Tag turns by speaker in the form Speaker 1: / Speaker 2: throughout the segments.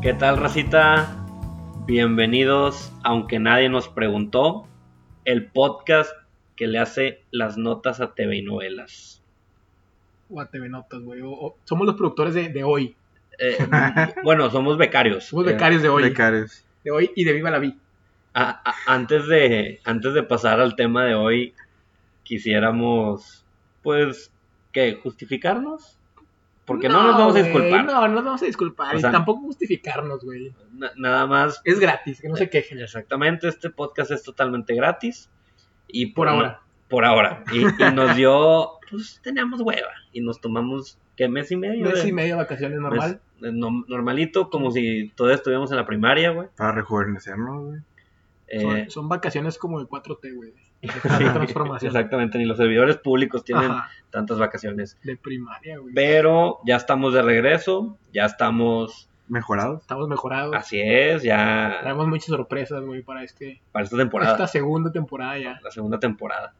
Speaker 1: ¿Qué tal, racita? Bienvenidos, aunque nadie nos preguntó, el podcast que le hace las notas a TV y novelas.
Speaker 2: O a TV Notas, güey. o- o- Somos los productores de, de hoy.
Speaker 1: Eh, bueno, somos becarios.
Speaker 2: Somos
Speaker 1: Eh,
Speaker 2: becarios de hoy.
Speaker 3: Becarios.
Speaker 2: de hoy y de Viva la Vi.
Speaker 1: a- a- antes, de, antes de pasar al tema de hoy, quisiéramos, pues, ¿qué? ¿Justificarnos? Porque no, nos vamos a
Speaker 2: güey,
Speaker 1: disculpar.
Speaker 2: No, no nos vamos a disculpar.
Speaker 1: O
Speaker 2: y
Speaker 1: sea-
Speaker 2: tampoco justificarnos, güey.
Speaker 1: Na- nada más
Speaker 2: Es gratis, que no se quejen.
Speaker 1: Exactamente, este podcast es totalmente gratis. Y
Speaker 2: Por
Speaker 1: no-
Speaker 2: ahora.
Speaker 1: por ahora. Y, y nos dio, pues teníamos hueva. Y nos tomamos, ¿qué? Mes y medio.
Speaker 2: Mes
Speaker 1: de-
Speaker 2: y medio de vacaciones
Speaker 1: mes-
Speaker 2: normal.
Speaker 1: de no- normalito, como si todavía estuviéramos en la primaria, güey.
Speaker 3: Para rejuvenecernos, güey.
Speaker 2: Son,
Speaker 1: Eh,
Speaker 2: son vacaciones como de 4T, güey.
Speaker 1: sí,
Speaker 2: De transformación.
Speaker 1: exactamente, ni los servidores públicos tienen
Speaker 2: Ajá,
Speaker 1: tantas vacaciones.
Speaker 2: de primaria, güey.
Speaker 1: Pero ya estamos de regreso, ya estamos,
Speaker 3: Mejorados.
Speaker 2: Estamos mejorados.
Speaker 1: así es, ya
Speaker 2: Traemos muchas sorpresas, güey, para este,
Speaker 1: para esta temporada.
Speaker 2: esta segunda temporada ya.
Speaker 1: la segunda temporada.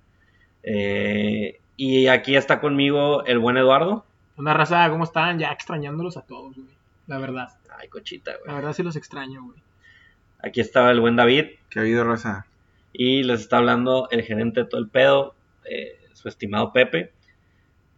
Speaker 1: Eh, y aquí está conmigo el buen Eduardo.
Speaker 2: Una raza, ¿cómo están? Ya extrañándolos a todos, güey. La verdad.
Speaker 1: Ay, cochita,
Speaker 2: La
Speaker 1: güey.
Speaker 2: verdad sí los extraño, güey.
Speaker 1: Aquí estaba el buen David
Speaker 3: Que ha habido raza.
Speaker 1: y les está hablando el gerente de todo el pedo, eh, su estimado Pepe.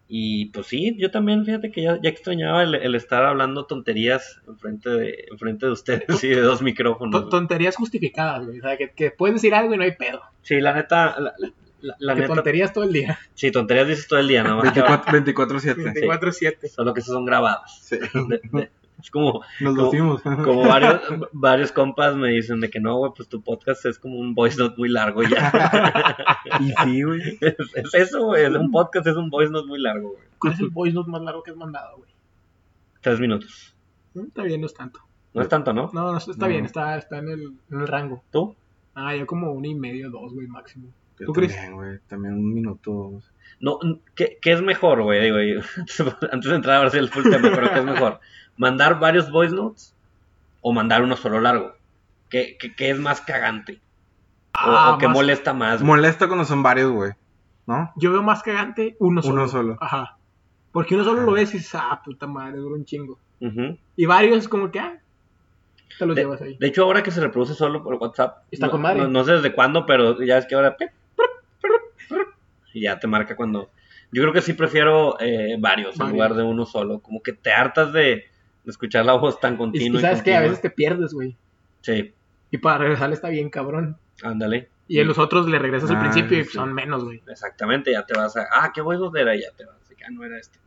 Speaker 1: Y pues sí, yo también, fíjate que ya, ya extrañaba el, el estar hablando tonterías enfrente de, enfrente de ustedes y de dos micrófonos.
Speaker 2: To-
Speaker 1: güey.
Speaker 2: tonterías justificadas, güey. O sea, que, que puedes decir algo y no hay pedo.
Speaker 1: Sí, la neta, la, la- la
Speaker 2: que
Speaker 1: neta,
Speaker 2: tonterías todo el día.
Speaker 1: sí, tonterías dices todo el día, nada más. que ahora-
Speaker 3: 24-7.
Speaker 2: 24-7.
Speaker 1: Solo que esos son grabados.
Speaker 3: Sí.
Speaker 1: De- de- es como,
Speaker 3: Nos
Speaker 1: Como-
Speaker 3: lucimos.
Speaker 1: Como varios, varios compas me dicen de que no, güey, pues tu podcast es como un voice note muy largo y ya.
Speaker 3: Y sí, güey.
Speaker 1: es, es eso, güey. es Un podcast es un voice note muy largo, güey.
Speaker 2: ¿Cuál es el voice note más largo que has mandado, güey?
Speaker 1: Tres minutos.
Speaker 2: Mm, Está bien, no es tanto.
Speaker 1: No es tanto, ¿no?
Speaker 2: No, no está
Speaker 3: No.
Speaker 2: bien, está, está en, el, en el rango.
Speaker 1: ¿Tú?
Speaker 2: Ah, yo como uno y medio, dos, güey, máximo.
Speaker 3: Yo
Speaker 2: ¿Tú crees?
Speaker 3: también, güey. También un minuto. dos.
Speaker 1: No, ¿qué, qué es mejor, güey? Digo, yo- antes de entrar a ver el full tema, pero ¿qué es mejor? ¿Mandar varios voice notes o mandar uno solo largo? ¿Qué, qué- qué es más cagante? ¿O,
Speaker 2: Ah,
Speaker 1: o qué
Speaker 2: más-
Speaker 1: molesta más? güey?
Speaker 3: Molesta cuando son varios, güey. ¿No?
Speaker 2: Yo veo más cagante uno solo.
Speaker 3: Uno solo.
Speaker 2: Ajá. Porque uno solo lo ves y dices, ah, puta madre, dura un chingo.
Speaker 1: Ujú.
Speaker 2: Y varios como que, ah, te los
Speaker 1: De,
Speaker 2: llevas ahí.
Speaker 1: de hecho, ahora que se reproduce solo por WhatsApp,
Speaker 2: Está
Speaker 1: no,
Speaker 2: con madre.
Speaker 1: No, no sé desde cuándo, pero ya es que ahora. Y ya te marca cuando. Yo creo que sí prefiero eh, varios, en
Speaker 2: Varios.
Speaker 1: lugar de uno solo. Como que te hartas de, de escuchar la voz tan
Speaker 2: Y,
Speaker 1: continua.
Speaker 2: y sabes que a veces
Speaker 1: continua.
Speaker 2: te pierdes, güey.
Speaker 1: Sí,
Speaker 2: Y para regresar está bien, cabrón.
Speaker 1: ándale.
Speaker 2: Y a los otros le regresas al
Speaker 3: Ah,
Speaker 2: principio y
Speaker 3: sí.
Speaker 2: son menos, güey.
Speaker 1: Exactamente, ya te vas a. Ah, qué voz era, y ya te vas. de que, Ah, no era este.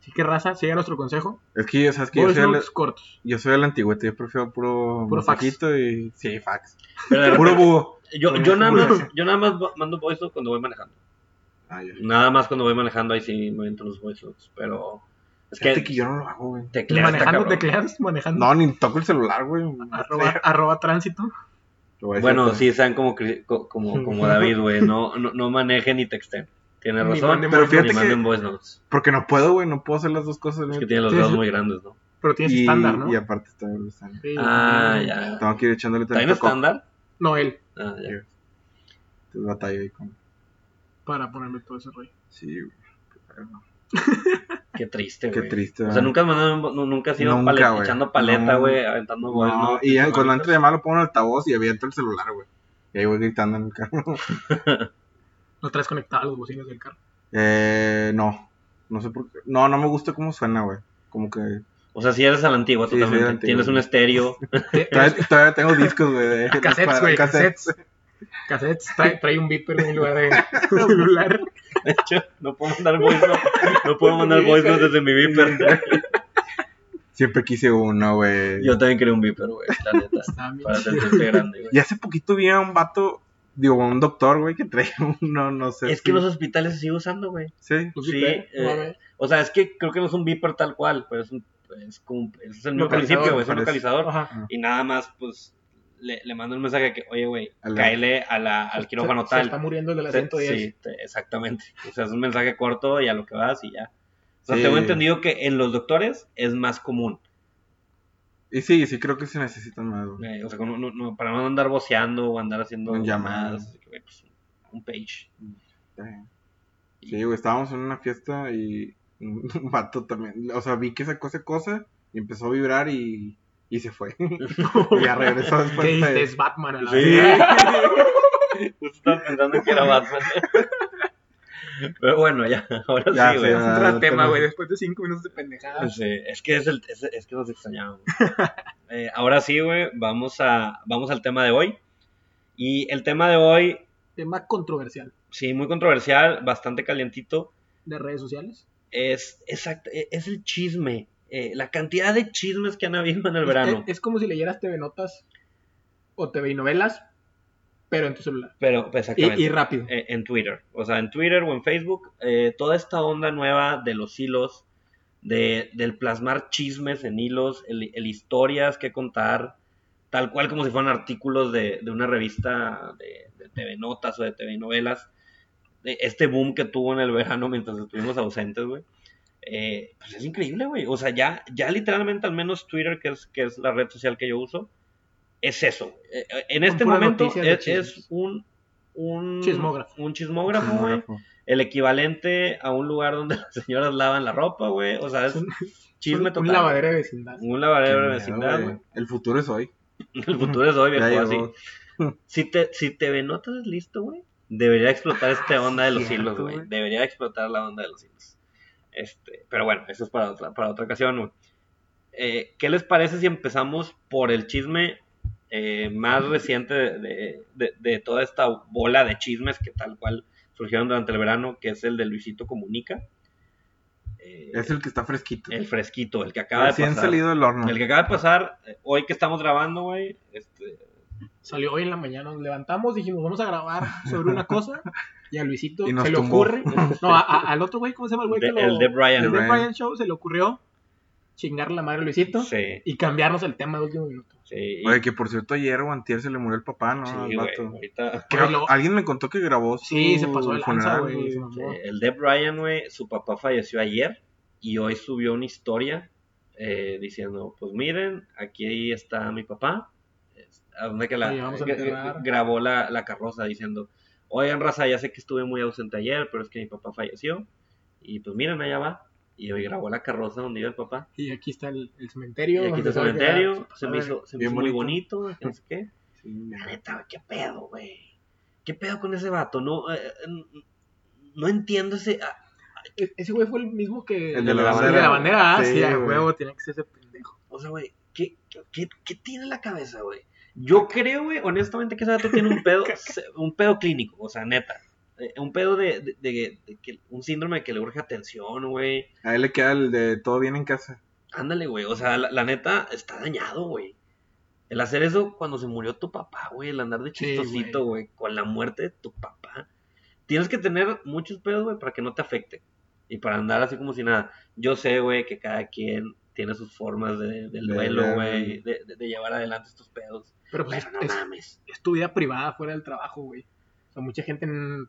Speaker 2: Así que raza, sigue nuestro consejo.
Speaker 3: Es que yo, ¿sabes que yo
Speaker 2: Voice
Speaker 3: soy, el,
Speaker 2: notes cortos.
Speaker 3: yo soy el antigüete. Yo prefiero puro,
Speaker 2: Puro fax.
Speaker 3: mensajito y. Sí, fax.
Speaker 1: Pero de
Speaker 3: Puro
Speaker 1: repente-
Speaker 3: búho.
Speaker 1: yo, yo, nada más, yo nada más mando voice notes cuando voy manejando.
Speaker 3: Ah, ya.
Speaker 1: Nada más cuando voy manejando, ahí sí me entro los voice notes. Pero. Es
Speaker 3: Fíjate
Speaker 1: que.
Speaker 3: que yo no lo hago, güey.
Speaker 1: teclear está
Speaker 2: Manejando,
Speaker 1: cabrón.
Speaker 2: tecleas, manejando.
Speaker 3: No, ni toco el celular, güey.
Speaker 2: Arroba, arroba tránsito.
Speaker 3: Lo voy a decir
Speaker 1: Bueno,
Speaker 3: otra
Speaker 1: sí,
Speaker 3: vez.
Speaker 1: sean como, cri- co- como, como David, güey. No, no, no manejen ni texten. Tiene
Speaker 2: Ni
Speaker 1: razón.
Speaker 2: manden
Speaker 3: Pero
Speaker 2: voice
Speaker 1: Ni
Speaker 3: fíjate que-
Speaker 1: manden voice notes.
Speaker 3: Porque no puedo, güey. No puedo hacer las dos cosas.
Speaker 1: Es
Speaker 3: güey.
Speaker 1: que tiene los
Speaker 2: Sí,
Speaker 1: dedos
Speaker 2: sí.
Speaker 1: muy grandes, ¿no?
Speaker 2: Pero tienes
Speaker 3: y,
Speaker 2: estándar, ¿no?
Speaker 3: y aparte está el estándar.
Speaker 2: Sí,
Speaker 1: Ah,
Speaker 2: no,
Speaker 1: ya.
Speaker 3: Tengo que ir echándole
Speaker 1: ¿Está en
Speaker 3: tantito coco.
Speaker 1: estándar?
Speaker 2: No, él,
Speaker 1: Ah, ya.
Speaker 3: Entonces, batalla ahí con-
Speaker 2: para ponerme todo ese rollo.
Speaker 3: Sí, güey. Pero no.
Speaker 1: Qué triste,
Speaker 3: Qué
Speaker 1: güey.
Speaker 3: triste,
Speaker 1: O sea,
Speaker 3: ¿verdad?
Speaker 1: nunca has mandado, un vo- nu- nunca has ido
Speaker 3: Nunca,
Speaker 1: paleta-
Speaker 3: güey.
Speaker 1: echando paleta,
Speaker 3: No.
Speaker 1: güey, aventando voice
Speaker 3: No,
Speaker 1: notes.
Speaker 3: y ya, cuando
Speaker 1: Manitas.
Speaker 3: entro de llamar lo pongo en el altavoz y abierto el celular, güey. Y ahí voy gritando en el carro.
Speaker 2: No traes conectado a los bocinas del carro.
Speaker 3: Eh, no. No sé por qué. No, no me gusta cómo suena, güey. Como que.
Speaker 1: O sea, si eres a la antigua
Speaker 3: Sí, soy de la
Speaker 1: totalmente.
Speaker 3: antigua.
Speaker 1: Tienes un estéreo.
Speaker 3: Todavía, todavía tengo discos, güey. de-
Speaker 2: Ah, Cassettes,
Speaker 3: para-
Speaker 2: güey,
Speaker 3: cassettes.
Speaker 2: cassettes. Cassettes, trae, trae un beeper en lugar de celular.
Speaker 1: De hecho, no puedo mandar voice notes. No puedo mandar voice notes desde mi beeper.
Speaker 3: Siempre quise uno, güey.
Speaker 1: Yo también quería un beeper, güey, la neta.
Speaker 2: Está bien
Speaker 1: Para
Speaker 2: chido.
Speaker 1: sentirte grande, güey.
Speaker 3: Y hace poquito vi a un vato, digo, un doctor, güey, que traía uno, no sé.
Speaker 1: Es
Speaker 3: si-
Speaker 1: que los hospitales se sigue usando, güey.
Speaker 3: Sí.
Speaker 2: Pues
Speaker 1: Sí,
Speaker 2: pe-
Speaker 1: eh,
Speaker 2: a ver,
Speaker 1: O sea, es que creo que no es un beeper tal cual, pero es, un, es como un- es el mismo
Speaker 2: Localizador,
Speaker 1: principio, güey, es un
Speaker 3: parece.
Speaker 1: localizador.
Speaker 2: ajá.
Speaker 1: Y nada más, pues, le, le mando un mensaje que, oye, güey,
Speaker 3: A la-
Speaker 1: cáele a la, al quirófano
Speaker 2: se,
Speaker 1: tal.
Speaker 2: Se está muriendo el de la
Speaker 1: Se-
Speaker 2: 110.
Speaker 1: sí, te- exactamente. O sea, es un mensaje corto y a lo que vas y ya. O sea,
Speaker 3: Sí.
Speaker 1: tengo entendido que en los doctores es más común.
Speaker 3: Y sí, sí, creo que se necesitan más, güey.
Speaker 1: Eh, o sea, como no- no- para no andar voceando o andar haciendo
Speaker 3: Un llamado.
Speaker 1: llamadas, güey, pues, un page.
Speaker 3: Sí, güey, estábamos en una fiesta y un vato también, o sea, vi que sacó esa cosa y empezó a vibrar y y se fue. y ya regresó
Speaker 2: ¿Qué
Speaker 3: después.
Speaker 2: dijiste?
Speaker 3: de-
Speaker 2: Es Batman a la
Speaker 1: Sí.
Speaker 2: vez.
Speaker 1: Justo estaba pensando que era Batman. Pero bueno, ya, ahora
Speaker 3: Ya,
Speaker 1: sí,
Speaker 3: sí,
Speaker 1: güey.
Speaker 3: ya.
Speaker 2: Otro
Speaker 3: Ah,
Speaker 2: tema,
Speaker 3: también.
Speaker 2: güey, después de cinco minutos de pendejadas.
Speaker 1: Sí, es que es, el- es- es que nos extrañamos. Eh, ahora sí, güey, vamos, a, vamos al tema de hoy. Y el tema de hoy,
Speaker 2: Tema controversial
Speaker 1: sí, muy controversial, bastante calientito,
Speaker 2: de redes sociales.
Speaker 1: es, exacto, e- es el chisme. Eh, la cantidad de chismes que han habido en el
Speaker 2: Es-
Speaker 1: verano.
Speaker 2: Es, es como si leyeras TV Notas o TV y novelas, pero en tu celular.
Speaker 1: Pero, pues,
Speaker 2: Y,
Speaker 1: exactamente.
Speaker 2: y rápido.
Speaker 1: eh, en Twitter. O sea, en Twitter o en Facebook, eh, toda esta onda nueva de los hilos, de, del plasmar chismes en hilos, el, el historias que contar, tal cual como si fueran artículos de, de una revista de, de TV Notas o de TV Novelas. Eh, Este boom que tuvo en el verano mientras estuvimos ausentes, güey. Eh, pues es increíble, güey. O sea, ya, ya literalmente, al menos Twitter, que es, que es la red social que yo uso, es eso. Eh, eh, en
Speaker 2: Son
Speaker 1: este
Speaker 2: puras
Speaker 1: momento
Speaker 2: noticias de
Speaker 1: es,
Speaker 2: chismes.
Speaker 1: es un, un
Speaker 2: Chismógrafo.
Speaker 1: Un chismógrafo, güey. El equivalente a un lugar donde las señoras lavan la ropa, güey. O sea, es
Speaker 2: Un-
Speaker 1: chisme
Speaker 2: un,
Speaker 1: total.
Speaker 2: un lavadero de vecindad.
Speaker 1: Un
Speaker 3: Qué
Speaker 1: lavadero de
Speaker 3: miedo,
Speaker 1: vecindad,
Speaker 3: güey.
Speaker 1: güey.
Speaker 3: El futuro es hoy.
Speaker 1: El futuro es hoy,
Speaker 3: Ya
Speaker 1: viejo,
Speaker 3: llegó.
Speaker 1: así. Si te, si te venotas listo, güey, debería explotar esta onda de los
Speaker 3: Ah, cierto,
Speaker 1: hilos, güey.
Speaker 3: güey.
Speaker 1: Debería explotar la onda de los hilos. Este, pero bueno, eso es para otra, para otra ocasión, güey. Eh, ¿Qué les parece si empezamos por el chisme eh, más reciente de, de- de- de toda esta bola de chismes que tal cual surgieron durante el verano, que es el de Luisito Comunica? Eh,
Speaker 3: Es el que está fresquito.
Speaker 1: el fresquito, el que acaba de
Speaker 3: Recién
Speaker 1: pasar.
Speaker 3: salido del horno.
Speaker 1: El que acaba de pasar, eh, hoy que estamos grabando, güey, este,
Speaker 2: Salió hoy en la mañana, nos levantamos, dijimos, vamos a grabar sobre una cosa. Y a Luisito
Speaker 3: Y nos
Speaker 2: se le
Speaker 3: tumbó.
Speaker 2: ocurre. No, a- a- al otro güey, ¿cómo se llama el güey?
Speaker 1: de-
Speaker 2: que lo-
Speaker 1: el de
Speaker 2: el
Speaker 1: Brian.
Speaker 2: de
Speaker 1: güey.
Speaker 3: Brian.
Speaker 2: Brian Show se le ocurrió chingar la madre a Luisito
Speaker 1: Sí,
Speaker 2: y cambiarnos el tema de último minuto.
Speaker 1: sí.
Speaker 3: Oye, que por cierto ayer o antier se le murió el papá, ¿no?
Speaker 1: Sí,
Speaker 3: Al
Speaker 1: güey,
Speaker 3: vato.
Speaker 1: ahorita,
Speaker 3: Creo-
Speaker 2: Oye, lo-
Speaker 3: Alguien me contó que grabó su
Speaker 2: Sí, se pasó de lanza,
Speaker 3: funeral,
Speaker 2: Ah, güey.
Speaker 3: güey.
Speaker 2: se mamó.
Speaker 1: eh, el de Brian, güey, su papá falleció ayer y hoy subió una historia eh, diciendo, pues miren, aquí está mi papá, es- a donde que la
Speaker 2: Oye, vamos a
Speaker 1: que-
Speaker 2: enterrar.
Speaker 1: grabó la, la carroza diciendo, oigan raza, ya sé que estuve muy ausente ayer, pero es que mi papá falleció y pues miren, allá va. Y hoy grabó la carroza donde iba el papá.
Speaker 2: Y aquí está el, el
Speaker 1: Y
Speaker 2: cementerio.
Speaker 1: aquí está el
Speaker 2: donde se va a quedar.
Speaker 1: cementerio, se me hizo, se me
Speaker 3: Bien
Speaker 1: hizo muy bonito, que no sé qué.
Speaker 3: Sí,
Speaker 1: La neta, güey, qué pedo, güey. ¿Qué pedo con ese vato? No, eh, eh, no entiendo ese. ah,
Speaker 2: E- Ese güey fue el mismo que.
Speaker 3: El de la
Speaker 2: El de
Speaker 3: bandera.
Speaker 2: la bandera, ah, sí,
Speaker 3: Sí,
Speaker 2: a
Speaker 3: güey.
Speaker 2: huevo, tiene que ser ese pendejo.
Speaker 1: O sea, güey, ¿qué, qué, qué, qué tiene en la cabeza, güey? Yo creo, güey, honestamente, que ese vato tiene un pedo, se- un pedo clínico, o sea, neta. Eh, Un pedo de, de- de- de que, un síndrome de que le urge atención, güey.
Speaker 3: A él le queda el de todo bien en casa.
Speaker 1: Ándale, güey. O sea, la, la neta está dañado, güey. El hacer eso cuando se murió tu papá, güey. El andar de
Speaker 2: Sí,
Speaker 1: chistosito, güey. Con la muerte de tu papá. Tienes que tener muchos pedos, güey, para que no te afecte. Y para andar así como si nada. Yo sé, güey, que cada quien tiene sus formas de, del
Speaker 3: De-
Speaker 1: duelo,
Speaker 3: de-
Speaker 1: güey. De, de- de llevar adelante estos pedos.
Speaker 2: Pero pues
Speaker 1: Pero no
Speaker 2: es,
Speaker 1: mames.
Speaker 2: es tu vida privada fuera del trabajo, güey. O sea, mucha gente. n-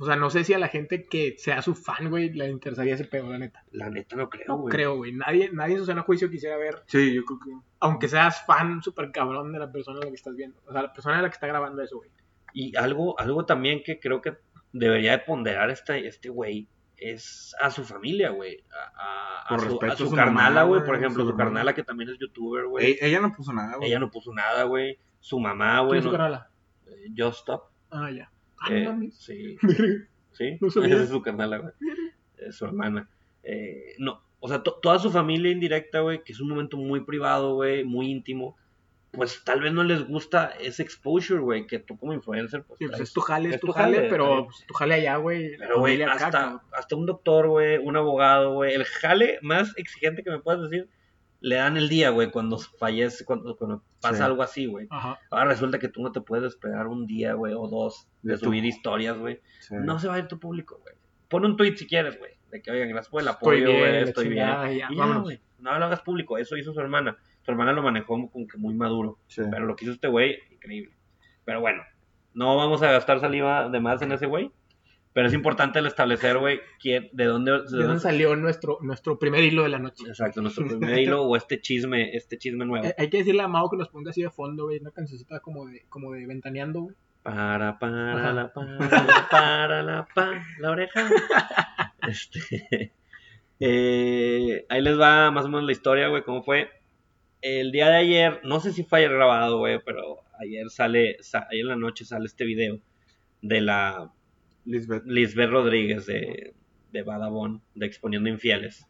Speaker 2: O sea, no sé si a la gente que sea su fan, güey, le interesaría ese pedo, la neta.
Speaker 1: La neta no creo,
Speaker 2: No
Speaker 1: güey.
Speaker 2: creo, güey. Nadie, nadie en su sano juicio quisiera ver,
Speaker 3: Sí, yo creo que.
Speaker 2: aunque seas fan súper cabrón de la persona a la que estás viendo. O sea, la persona a la que está grabando eso, güey.
Speaker 1: Y algo, algo también que creo que debería de ponderar este, este güey es a su familia, güey. A, a- a
Speaker 3: Por
Speaker 1: su,
Speaker 3: respeto
Speaker 1: a su
Speaker 3: a su
Speaker 1: carnala,
Speaker 3: mamá,
Speaker 1: güey,
Speaker 3: güey,
Speaker 1: por ejemplo.
Speaker 3: su
Speaker 1: Su
Speaker 3: hermana.
Speaker 1: carnala que también es youtuber, güey.
Speaker 3: Ey, Ella no puso nada, güey.
Speaker 1: Ella no puso nada, güey. Su mamá,
Speaker 2: ¿Quién
Speaker 1: güey.
Speaker 2: es su
Speaker 1: no-
Speaker 2: carnala?
Speaker 1: eh, Just Stop.
Speaker 2: Ah, ya. Ah,
Speaker 1: eh,
Speaker 2: no mames.
Speaker 1: sí. Sí.
Speaker 2: No sabía.
Speaker 1: Esa es su carnala, güey. Eh, su hermana. Eh, no. O sea, to- toda su familia indirecta, güey, que es un momento muy privado, güey, muy íntimo. Pues tal vez no les gusta ese exposure, güey, que tú como influencer, pues,
Speaker 2: Sí, pues
Speaker 1: traes.
Speaker 2: es tu jale, es
Speaker 1: es
Speaker 2: tu
Speaker 1: tu
Speaker 2: jale,
Speaker 1: jale,
Speaker 2: pero
Speaker 1: también.
Speaker 2: pues, tu jale allá, güey. la
Speaker 1: Pero, güey,
Speaker 2: familia acá,
Speaker 1: hasta,
Speaker 2: cabrón.
Speaker 1: hasta un doctor, güey, un abogado, güey, el jale más exigente que me puedas decir, le dan el día, güey, cuando fallece, cuando, cuando pasa
Speaker 3: Sí.
Speaker 1: algo así, güey.
Speaker 2: Ajá.
Speaker 1: Ahora resulta que tú no te puedes esperar un día, güey, o dos de,
Speaker 3: De tu-
Speaker 1: subir historias, güey.
Speaker 3: Sí.
Speaker 1: No se va a ir tu público, güey. Pon un tweet si quieres, güey, de que, oigan, gracias por el
Speaker 2: Estoy
Speaker 1: apoyo,
Speaker 2: bien,
Speaker 1: güey,
Speaker 2: la
Speaker 1: estoy bien.
Speaker 2: chingada, ya,
Speaker 1: Y ya,
Speaker 2: vámonos.
Speaker 1: güey, no lo hagas público, eso hizo su hermana. Su hermana lo manejó como que muy maduro,
Speaker 3: Sí.
Speaker 1: pero lo que hizo este güey, increíble. Pero bueno, no vamos a gastar saliva de más en ese güey. Pero es importante el establecer, güey, quién, de dónde, de
Speaker 2: ¿De dónde
Speaker 1: dónde-
Speaker 2: salió nuestro, nuestro primer hilo de la noche?
Speaker 1: exacto, nuestro primer hilo o este chisme, este chisme nuevo.
Speaker 2: Eh, Hay que decirle a Mao que nos ponga así de fondo, güey, una cancioncita como de, como de ventaneando, güey.
Speaker 1: Para, para,
Speaker 2: Ajá.
Speaker 1: la, para, para, la, pa, la oreja. Este, eh, ahí les va más o menos la historia, güey, cómo fue. el día de ayer, no sé si fue ayer grabado, güey, pero ayer sale, sa- ayer en la noche sale este video de la
Speaker 3: Lisbeth.
Speaker 1: Lisbeth Rodríguez de, de Badabón, de Exponiendo Infieles,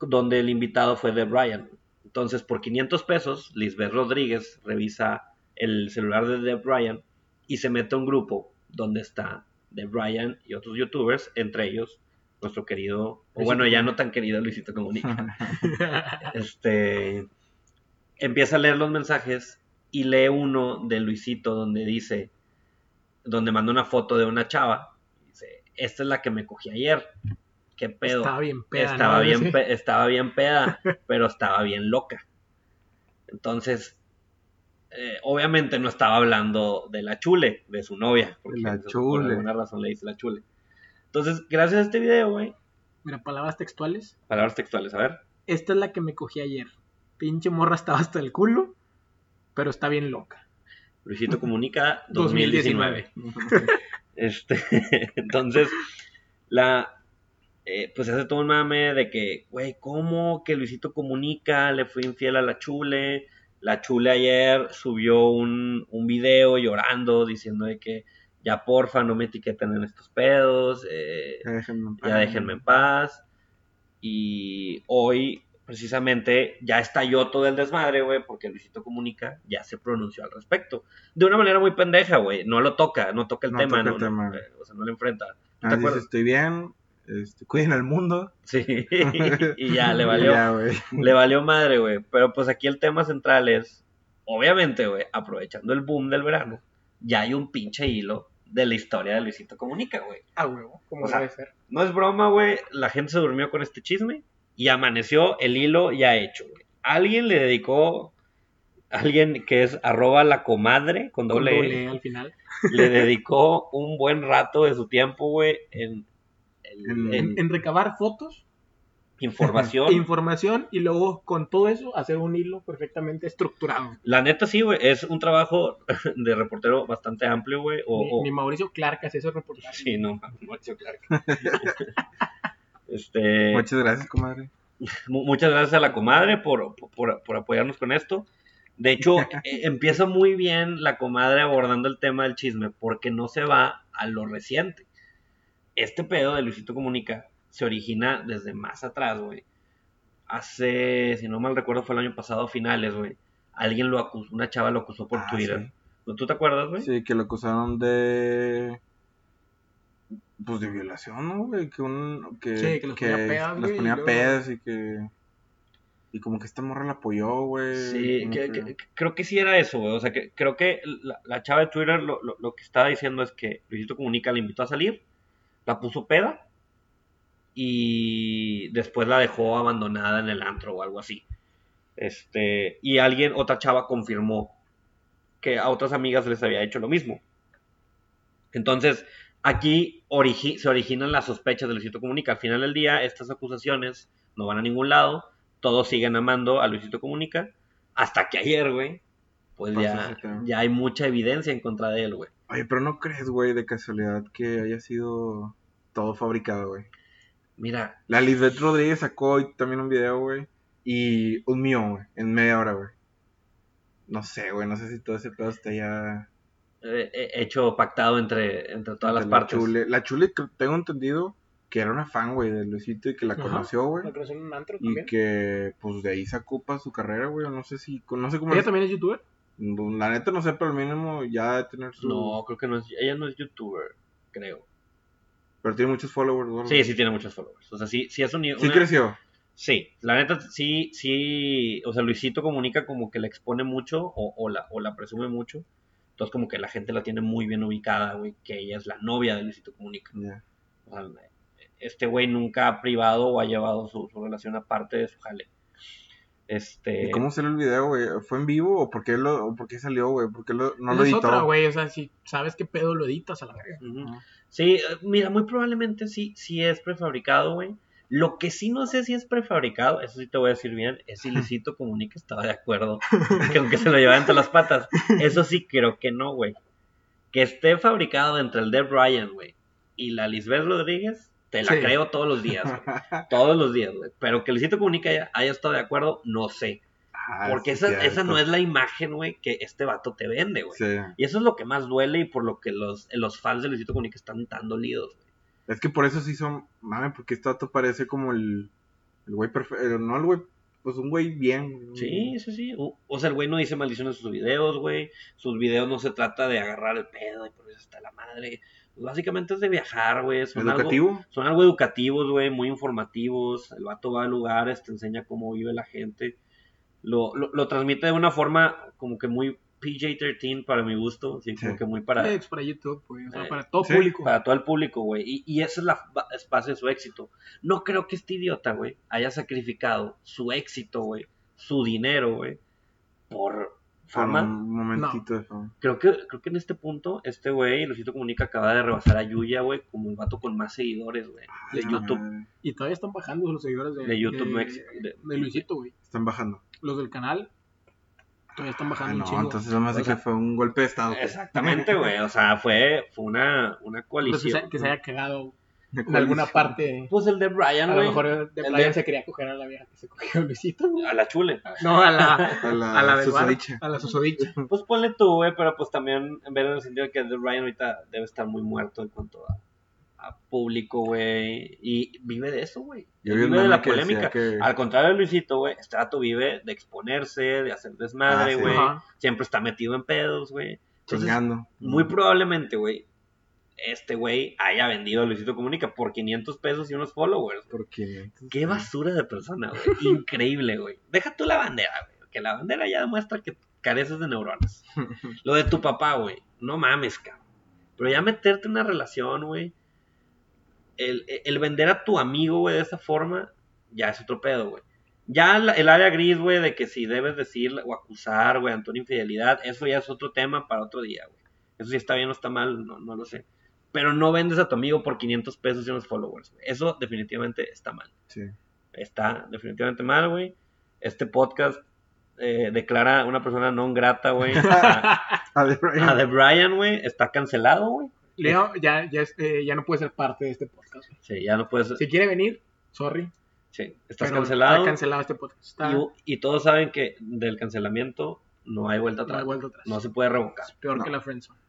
Speaker 1: donde el invitado fue de Brian. Entonces, por 500 pesos, Lisbeth Rodríguez revisa el celular de Deb Bryan y se mete a un grupo donde está Deb Bryan y otros youtubers, entre ellos nuestro querido, o bueno, ya no tan querido Luisito Comunica este empieza a leer los mensajes y lee uno de Luisito donde dice donde manda una foto de una chava dice esta es la que me cogí ayer qué pedo
Speaker 2: Estaba bien peda.
Speaker 1: estaba
Speaker 2: ¿no?
Speaker 1: bien
Speaker 2: Sí.
Speaker 1: pe- estaba bien peda pero estaba bien loca entonces eh, obviamente no estaba hablando de la chule de su novia porque
Speaker 3: La
Speaker 1: por
Speaker 3: Chule.
Speaker 1: alguna razón le dice la chule entonces gracias a este video güey
Speaker 2: Mira, palabras textuales.
Speaker 1: palabras textuales a ver
Speaker 2: Esta es la que me cogí ayer. Pinche morra estaba hasta el culo, pero está bien loca.
Speaker 1: Luisito comunica 2019.
Speaker 2: 2019.
Speaker 1: Este, entonces, la, eh, pues hace todo un mame de que, güey, ¿cómo que Luisito comunica? Le fue infiel a la chule. La chule ayer subió un, un video llorando, diciendo de que ya porfa, no me etiqueten en estos pedos, eh,
Speaker 3: Ya déjenme en paz.
Speaker 1: ya déjenme en paz. Y hoy, precisamente, ya estalló todo el desmadre, güey, porque Luisito Comunica ya se pronunció al respecto. De una manera muy pendeja, güey. No lo toca, no toca el
Speaker 3: No
Speaker 1: tema,
Speaker 3: toca
Speaker 1: no,
Speaker 3: el tema,
Speaker 1: no, eh,
Speaker 3: güey.
Speaker 1: o sea, no lo enfrenta.
Speaker 3: Ah,
Speaker 1: ¿Te
Speaker 3: dice,
Speaker 1: acuerdas?
Speaker 3: estoy bien. Este, cuiden al mundo.
Speaker 1: Sí, y ya le valió.
Speaker 3: Ya, güey.
Speaker 1: Le valió madre, güey. Pero pues aquí el tema central es, obviamente, güey, aprovechando el boom del verano, ya hay un pinche hilo de la historia de Luisito Comunica, güey.
Speaker 2: A huevo, como
Speaker 1: O sea,
Speaker 2: debe ser.
Speaker 1: No es broma, güey. La gente se durmió con este chisme y amaneció el hilo ya hecho, güey. Alguien le dedicó, alguien que es arroba la comadre con
Speaker 2: Con
Speaker 1: doble, E,
Speaker 2: doble E al final.
Speaker 1: le dedicó un buen rato de su tiempo, güey, en, en-
Speaker 3: En-
Speaker 1: en
Speaker 2: En, en recabar fotos e
Speaker 1: información.
Speaker 2: información y luego con todo eso hacer un hilo perfectamente estructurado.
Speaker 1: La neta sí, güey, es un trabajo de reportero bastante amplio, güey. O,
Speaker 2: Ni,
Speaker 1: o-
Speaker 2: ni Mauricio Clark hace esos reportajes.
Speaker 1: Sí, no, Mauricio Clark. este,
Speaker 3: Muchas gracias, comadre.
Speaker 1: Mu- Muchas gracias a la comadre por, por- por apoyarnos con esto. De hecho, eh, empieza muy bien la comadre abordando el tema del chisme porque no se va a lo reciente. Este pedo de Luisito Comunica se origina desde más atrás, güey. Hace, si no mal recuerdo, fue el año pasado a finales, güey. Alguien lo acusó, una chava lo acusó por
Speaker 3: Ah,
Speaker 1: Twitter. ¿No tú te acuerdas, güey?
Speaker 3: Sí. Sí, que lo acusaron de. Pues de violación, ¿no, güey? Que, un, que,
Speaker 2: Sí, que los ponía pedas,
Speaker 3: los
Speaker 2: güey, y
Speaker 3: ponía
Speaker 2: luego-
Speaker 3: pedas y que. Y como que esta morra la apoyó, güey.
Speaker 1: Sí,
Speaker 3: como
Speaker 1: que- que- que- creo que sí era eso, güey. O sea, que creo que la, la chava de Twitter lo, lo- lo que estaba diciendo es que Luisito Comunica la invitó a salir, la puso peda y después la dejó abandonada en el antro o algo así. Este, y alguien, otra chava confirmó que a otras amigas les había hecho lo mismo. Entonces, aquí origi- se originan las sospechas de Luisito Comunica. Al final del día, estas acusaciones no van a ningún lado. Todos siguen amando a Luisito Comunica. Hasta que ayer, güey, pues
Speaker 3: Pasó
Speaker 1: ya,
Speaker 3: ese tema.
Speaker 1: ya hay mucha evidencia en contra de él, güey.
Speaker 3: Oye, pero no crees, güey, de casualidad que haya sido todo fabricado, güey.
Speaker 1: Mira,
Speaker 3: La Lisbeth Rodríguez sacó hoy también un video, güey. Y un mío, güey, en media hora, güey. No sé, güey, no sé si todo ese pedo está ya.
Speaker 1: eh, eh, hecho pactado entre, entre todas las
Speaker 3: de
Speaker 1: partes.
Speaker 3: La chule, la chule, que tengo entendido que era una fan, güey, de Luisito y que la
Speaker 2: Ajá.
Speaker 3: conoció, güey.
Speaker 2: Lo conocí en un antro
Speaker 1: Mm.
Speaker 3: Y
Speaker 2: también.
Speaker 3: que, pues, de ahí sacó para su carrera, güey. No sé si, no sé cómo.
Speaker 2: Ella también es youtuber.
Speaker 3: La neta, no sé, pero al mínimo ya de tener su.
Speaker 1: No, creo que no es, ella no es youtuber, creo.
Speaker 3: Pero tiene muchos followers, güey.
Speaker 1: Sí, sí tiene muchos followers. O sea, sí, sí es un...
Speaker 3: Sí
Speaker 1: una-
Speaker 3: creció.
Speaker 1: Sí, la neta, sí, sí, o sea, Luisito comunica como que la expone mucho o, o la, o la presume mucho. Entonces como que la gente la tiene muy bien ubicada, güey, que ella es la novia de Luisito comunica.
Speaker 3: Ya.
Speaker 1: O sea, este güey nunca ha privado o ha llevado su, su relación aparte de su jale. Este...
Speaker 3: ¿Y cómo salió el video, güey? ¿Fue en vivo o por qué, lo, o por qué salió, güey? ¿Por qué lo, no
Speaker 2: Esa
Speaker 3: lo
Speaker 2: es
Speaker 3: editó?
Speaker 2: otra, güey. O sea, si sabes qué pedo lo editas a la verga.
Speaker 1: Ujú.
Speaker 3: Ajá.
Speaker 1: Sí, eh, mira, muy probablemente sí, sí es prefabricado, güey. Lo que sí no sé si es prefabricado, eso sí te voy a decir bien, es si Luisito Comunica estaba de acuerdo que aunque se lo llevara entre las patas. Eso sí creo que no, güey. Que esté fabricado entre el de Bryan, güey, y la Lisbeth Rodríguez, te la
Speaker 2: Sí.
Speaker 1: creo todos los días, güey. Todos los días, güey. Pero que Luisito Comunica haya, haya estado de acuerdo, no sé.
Speaker 3: Ah,
Speaker 1: Porque
Speaker 3: sí,
Speaker 1: esa, esa
Speaker 3: cierto.
Speaker 1: no es la imagen, güey, que este vato te vende, güey.
Speaker 3: Sí.
Speaker 1: Y eso es lo que más duele y por lo que los, los fans de Luisito Comunica están tan dolidos. güey.
Speaker 3: Es que por eso se hizo mame, porque este vato parece como el. El güey perfecto. No el güey. Pues un güey bien. güey.
Speaker 1: Sí, sí, sí. O, Mm. o sea, el güey no dice maldiciones en sus videos, güey. Sus videos no se trata de agarrar el pedo y por eso está la madre. Básicamente es de viajar, güey. Son algo-
Speaker 3: Educativo.
Speaker 1: son algo educativos, güey, muy informativos. El vato va a lugares, te enseña cómo vive la gente. Lo, lo, lo transmite de una forma como que muy PJ-13 para mi gusto, así como
Speaker 3: Sí.
Speaker 1: que muy para,
Speaker 2: Eh, pues, para YouTube, güey, o sea,
Speaker 1: Eh,
Speaker 2: para todo
Speaker 3: sí,
Speaker 2: público.
Speaker 1: para todo el público, güey. Y, y esa es la fa- espacio de su éxito. No creo que este idiota, güey, haya sacrificado su éxito, güey, su dinero, güey, por
Speaker 3: Por
Speaker 1: fama.
Speaker 3: un momentito de fama.
Speaker 1: Creo que, creo que en este punto, este güey, Luisito Comunica, acaba de rebasar a Yuya, güey, como el vato con más seguidores, güey, de
Speaker 2: Ah,
Speaker 1: YouTube.
Speaker 3: Madre,
Speaker 2: Y todavía están bajando los seguidores de,
Speaker 1: De YouTube
Speaker 2: de,
Speaker 1: México, de-
Speaker 2: de Luisito, güey.
Speaker 3: Están bajando.
Speaker 2: Los del canal todavía están
Speaker 3: Ah,
Speaker 2: bajando un
Speaker 3: no,
Speaker 2: chingo.
Speaker 3: entonces lo más
Speaker 2: O
Speaker 3: de
Speaker 2: sea,
Speaker 3: que fue un golpe de estado.
Speaker 1: Exactamente, güey. O sea, fue, fue una, una
Speaker 2: pues, que,
Speaker 1: coalición.
Speaker 2: se, que se haya cagado
Speaker 3: De
Speaker 2: en alguna
Speaker 3: coalición.
Speaker 2: parte.
Speaker 1: Pues el de Brian,
Speaker 2: A lo
Speaker 1: güey.
Speaker 2: mejor de
Speaker 1: El
Speaker 2: Brian
Speaker 1: de-
Speaker 2: se quería coger a la vieja que se cogió Luisito, güey.
Speaker 1: A la chule.
Speaker 2: No, a la,
Speaker 3: A la,
Speaker 2: a la del bar,
Speaker 3: Ah, susodicha.
Speaker 2: A la susodicha.
Speaker 1: Pues ponle tú, güey, pero pues también en ver en el sentido de que el de Brian ahorita debe estar muy muerto en cuanto a, a público, güey. Y vive de eso, güey.
Speaker 3: Yo vi un
Speaker 1: Vive de
Speaker 3: meme
Speaker 1: la
Speaker 3: que decía
Speaker 1: polémica. Ah,
Speaker 3: que-
Speaker 1: Al contrario de Luisito, güey, este vato vive de exponerse, de hacer desmadre,
Speaker 3: Ah, sí.
Speaker 1: güey.
Speaker 2: Ajá.
Speaker 1: Siempre está metido en pedos, güey. Entonces,
Speaker 3: Chingando.
Speaker 1: muy probablemente, güey, este güey haya vendido a Luisito Comunica por 500 pesos y unos followers,
Speaker 3: Porque.
Speaker 1: Qué basura de persona, güey. Increíble, güey. Deja tú la bandera, güey. Que la bandera ya demuestra que careces de neuronas. Lo de tu papá, güey. No mames, cabrón. Pero ya meterte en una relación, güey. El, el vender a tu amigo, güey, de esa forma, ya es otro pedo, güey. Ya la- el área gris, güey, de que si debes decir o acusar, güey, ante una infidelidad, eso ya es otro tema para otro día, güey. Eso si está bien o está mal, no, no lo sé. Pero no vendes a tu amigo por 500 pesos y unos followers. güey. Eso definitivamente está mal
Speaker 3: Sí.
Speaker 1: está definitivamente mal, güey. Este podcast eh, declara una persona no grata, güey. A,
Speaker 3: A ver,
Speaker 1: a The Brian, güey. Está cancelado, güey.
Speaker 2: Leo ya, ya, este, ya no puede ser parte de este podcast. güey.
Speaker 1: Sí, ya no puedes. Sí,
Speaker 2: Si quiere venir, sorry.
Speaker 1: estás
Speaker 2: pero
Speaker 1: cancelado.
Speaker 2: Está cancelado este podcast. Está,
Speaker 1: Y, y todos saben que del cancelamiento no hay vuelta
Speaker 2: no
Speaker 1: atrás.
Speaker 2: hay
Speaker 1: No,
Speaker 2: vuelta atrás.
Speaker 1: se puede revocar.
Speaker 2: Es peor
Speaker 3: No.
Speaker 2: que la friendzone.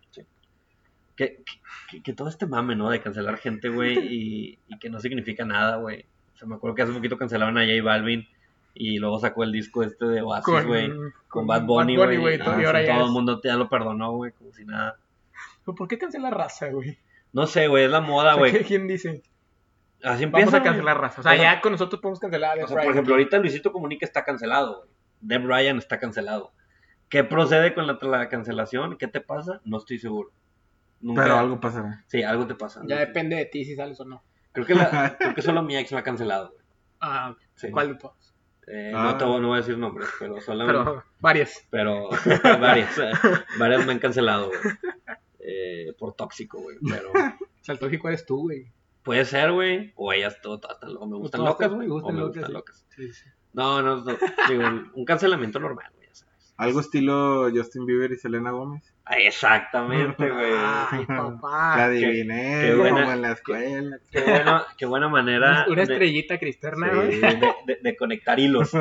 Speaker 1: Que, que- que todo este mame, ¿no? De cancelar gente, güey. Y, y que no significa nada, güey. O sea, me acuerdo que hace poquito cancelaron a J Balvin. Y luego sacó el disco este de Oasis, güey. con Bad Bunny, güey.
Speaker 2: y
Speaker 1: Ah,
Speaker 2: todo- y ahora
Speaker 1: sí,
Speaker 2: ya
Speaker 1: todo
Speaker 2: es- Pues,
Speaker 1: el mundo ya lo perdonó, güey, como si nada.
Speaker 2: ¿Por qué cancelar raza, güey?
Speaker 1: No sé, güey, es la moda,
Speaker 2: O sea,
Speaker 1: Ah, güey.
Speaker 2: ¿Quién dice?
Speaker 1: Así empieza.
Speaker 2: Vamos a
Speaker 1: güey.
Speaker 2: cancelar raza. O sea,
Speaker 1: O sea,
Speaker 2: ya con nosotros podemos cancelar a Death
Speaker 1: O sea, por
Speaker 2: Rider.
Speaker 1: ejemplo, ahorita Luisito Comunica está cancelado, güey. Deb Ryan está cancelado. ¿Qué procede con la, la cancelación? ¿Qué te pasa? No estoy seguro. Nunca-
Speaker 3: Pero algo pasará.
Speaker 1: Sí, algo te pasa.
Speaker 2: Ya
Speaker 1: ¿no?
Speaker 2: depende de ti si sales o no.
Speaker 1: Creo que, la- creo que solo mi ex me ha cancelado, güey.
Speaker 2: Ah,
Speaker 1: Sí.
Speaker 2: ¿Cuál de todos?
Speaker 1: Eh,
Speaker 3: Ah.
Speaker 1: no, te, voy- no voy a decir nombres, pero solamente.
Speaker 2: Pero varias.
Speaker 1: Pero varias, eh, varias me han cancelado, güey. Eh, por tóxico, güey. Pero
Speaker 2: O sea, el tóxico eres tú, güey.
Speaker 1: puede ser, güey. O ellas todo, todas están lo- me gustan
Speaker 2: Todas
Speaker 1: locas,
Speaker 2: te-
Speaker 1: güey.
Speaker 2: te
Speaker 1: O
Speaker 2: gustan
Speaker 1: me
Speaker 2: locas,
Speaker 1: gustan
Speaker 2: sí.
Speaker 1: locas.
Speaker 2: Sí, sí.
Speaker 1: No, no, no. Digo, un cancelamiento normal, güey, ya sabes.
Speaker 3: Algo estilo Justin Bieber y Selena Gómez.
Speaker 1: Ah, Exactamente, güey.
Speaker 2: Ay,
Speaker 3: la
Speaker 2: papá.
Speaker 3: adiviné,
Speaker 1: Ah, qué
Speaker 3: como
Speaker 1: buena-
Speaker 3: en la escuela.
Speaker 1: Qué buena, qué buena manera
Speaker 2: Una
Speaker 1: de,
Speaker 2: estrellita cristerna,
Speaker 1: de-
Speaker 2: güey.
Speaker 1: de- de- de conectar hilos.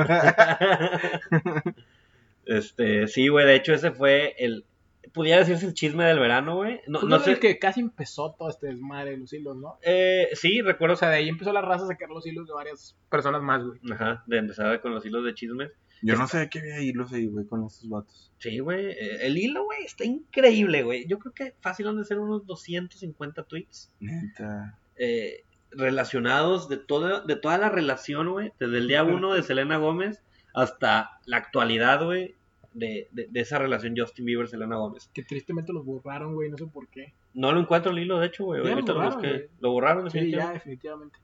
Speaker 1: este, sí, güey, de hecho ese fue el, pudiera decirse el chisme del verano, güey. No,
Speaker 2: Pues
Speaker 1: no
Speaker 2: no sé.
Speaker 1: sé.
Speaker 2: que casi empezó todo este desmadre de los hilos, ¿no?
Speaker 1: Eh, sí, recuerdo,
Speaker 2: O sea, de ahí empezó la raza a sacar los hilos de varias personas más, güey.
Speaker 1: ajá, de empezar con los hilos de chismes.
Speaker 3: Yo no sé qué había hilos ahí, güey, con esos vatos.
Speaker 1: Sí, güey, eh, el hilo, güey, está increíble, güey. Yo creo que fácil han de ser unos 250 tweets.
Speaker 3: Neta.
Speaker 1: eh, relacionados de, todo, de toda la relación, güey, desde el día uno de Selena Gómez hasta la actualidad, güey, de, de- de esa relación Justin Bieber-Selena Gómez.
Speaker 2: Que tristemente los borraron, güey, no sé por qué.
Speaker 1: No lo encuentro el hilo, de hecho, güey.
Speaker 2: Ya lo
Speaker 1: ahorita lo
Speaker 2: borraron,
Speaker 1: busqué.
Speaker 2: güey.
Speaker 1: Lo borraron,
Speaker 2: Sí, ya,
Speaker 1: definitivamente.
Speaker 2: definitivamente.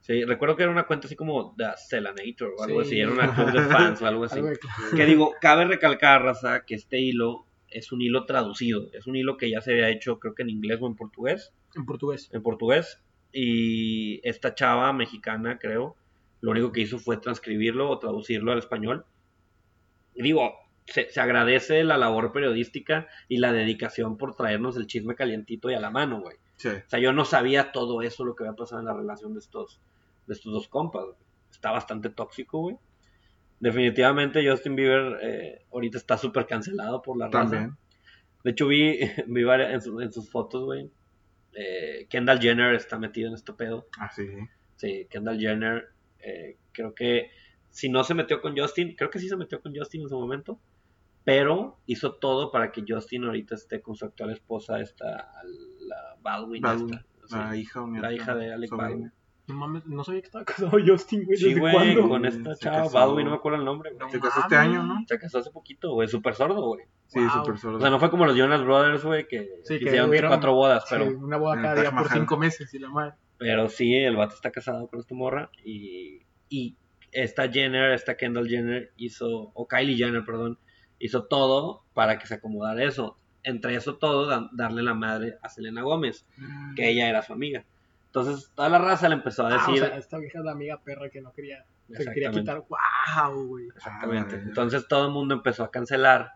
Speaker 1: Sí, recuerdo que era una cuenta así como The Selenator o algo
Speaker 2: Sí.
Speaker 1: así, era una club de fans o algo así.
Speaker 2: Algo de-
Speaker 1: Que digo, cabe recalcar, Raza, que este hilo es un hilo traducido. Es un hilo que ya se había hecho, creo que en inglés o en portugués.
Speaker 2: En portugués.
Speaker 1: en portugués. Y esta chava mexicana, creo, lo único que hizo fue transcribirlo o traducirlo al español. Y digo, se, se agradece la labor periodística y la dedicación por traernos el chisme calientito y a la mano, güey.
Speaker 3: Sí.
Speaker 1: O sea, yo no sabía todo eso, lo que había pasado en la relación de estos, de estos dos compas. güey. Está bastante tóxico, güey. Definitivamente Justin Bieber eh, ahorita está súper cancelado por la raza.
Speaker 3: También.
Speaker 1: De hecho, vi, vi varias- en, su- en sus fotos, güey. eh, Kendall Jenner está metido en este pedo.
Speaker 3: Ah, sí. sí.
Speaker 1: Sí, Kendall Jenner. eh, creo que si no se metió con Justin, creo que sí se metió con Justin en su momento. Pero hizo todo para que Justin ahorita esté con su actual esposa, esta, la Baldwin.
Speaker 3: Baldwin,
Speaker 1: esta, sí.
Speaker 3: Ah, La hija o nieta,
Speaker 1: La hija de Alec
Speaker 3: sobrina.
Speaker 1: Baldwin.
Speaker 2: No mames, no sabía que estaba casado Justin, güey.
Speaker 1: Sí,
Speaker 2: ¿Desde
Speaker 1: güey,
Speaker 2: cuándo?
Speaker 1: con esta
Speaker 3: Se
Speaker 1: chava,
Speaker 3: casó.
Speaker 1: Baldwin, no me acuerdo el nombre, güey.
Speaker 3: Se
Speaker 2: No
Speaker 3: casó este
Speaker 2: mames.
Speaker 3: año, ¿no?
Speaker 1: Se casó hace poquito, güey, súper sordo, güey.
Speaker 3: Sí,
Speaker 2: Wow.
Speaker 3: súper solo.
Speaker 1: O sea, no fue como los Jonas Brothers, güey, que
Speaker 2: Sí, que
Speaker 1: hicieron
Speaker 2: hubieron-
Speaker 1: cuatro bodas,
Speaker 2: Sí,
Speaker 1: pero,
Speaker 2: una boda
Speaker 3: en
Speaker 2: cada
Speaker 3: el
Speaker 2: día
Speaker 3: Taj
Speaker 2: por
Speaker 3: Mahal.
Speaker 2: cinco meses y la madre.
Speaker 1: pero sí, el vato está casado con esta morra y, y esta Jenner, esta Kendall Jenner hizo, o Kylie Jenner, perdón, hizo todo para que se acomodara eso. Entre eso todo, dan- darle la madre a Selena Gómez, que ella era su amiga. Entonces, toda la raza le empezó a
Speaker 2: Ah, o
Speaker 1: decir...
Speaker 2: sea, esta vieja es la amiga perra que no quería, se quería
Speaker 1: Exactamente.
Speaker 2: quitar. ¡Wow, güey!
Speaker 1: Exactamente.
Speaker 3: Ah,
Speaker 1: Entonces todo el mundo empezó a cancelar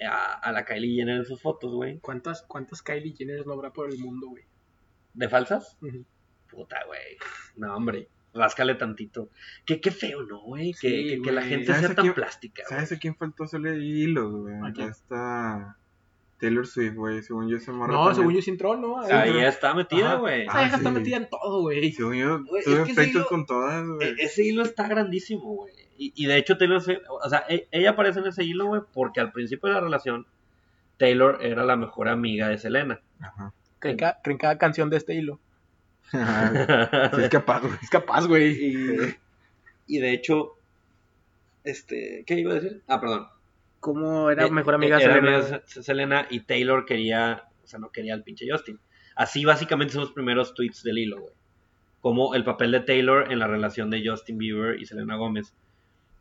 Speaker 1: a, a la Kylie Jenner en sus fotos, güey.
Speaker 2: ¿Cuántas, ¿Cuántas Kylie Jenner no habrá por el mundo, güey?
Speaker 1: ¿De falsas?
Speaker 2: Ujú.
Speaker 1: Puta, güey. No, hombre. Ráscale tantito. Qué, qué feo, ¿no, güey? Que,
Speaker 2: Sí,
Speaker 1: que- que la
Speaker 2: güey.
Speaker 1: gente
Speaker 3: ¿Sabes
Speaker 1: sea
Speaker 3: a
Speaker 1: tan
Speaker 3: quién-
Speaker 1: plástica, güey.
Speaker 3: ¿Sabes a quién faltó hacerle hilos, güey?
Speaker 2: ¿A quién?
Speaker 3: Ya está Taylor Swift, güey. Según yo, se morra.
Speaker 2: No, según
Speaker 3: también-
Speaker 2: yo sí entró, ¿no? Ahí,
Speaker 1: Ahí
Speaker 2: pero-
Speaker 1: está metida,
Speaker 2: Ajá.
Speaker 1: güey.
Speaker 2: Esa vieja
Speaker 3: Ah,
Speaker 2: está
Speaker 3: sí.
Speaker 2: metida en todo, güey.
Speaker 3: Según yo,
Speaker 1: Güey, es
Speaker 3: tuve
Speaker 1: que ese
Speaker 3: efectos
Speaker 1: hilo-
Speaker 3: con todas, güey.
Speaker 1: E- ese hilo está grandísimo, güey. Y, y de hecho Taylor, se- o sea, e- ella aparece en ese hilo, güey, porque al principio de la relación, Taylor era la mejor amiga de Selena.
Speaker 3: Ajá.
Speaker 2: En cada, en cada canción de este hilo.
Speaker 3: Sí, es capaz, güey.
Speaker 2: Es capaz, güey.
Speaker 1: eh, Y, y de hecho, este, ¿qué iba a decir? Ah, perdón.
Speaker 2: ¿Cómo era
Speaker 1: Eh,
Speaker 2: mejor amiga
Speaker 1: eh,
Speaker 2: de
Speaker 1: era
Speaker 2: Selena?
Speaker 1: amiga de Se- Selena y Taylor quería, o sea, no quería al pinche Justin. Así básicamente son los primeros tweets del hilo, güey. Como el papel de Taylor en la relación de Justin Bieber y Selena Gómez.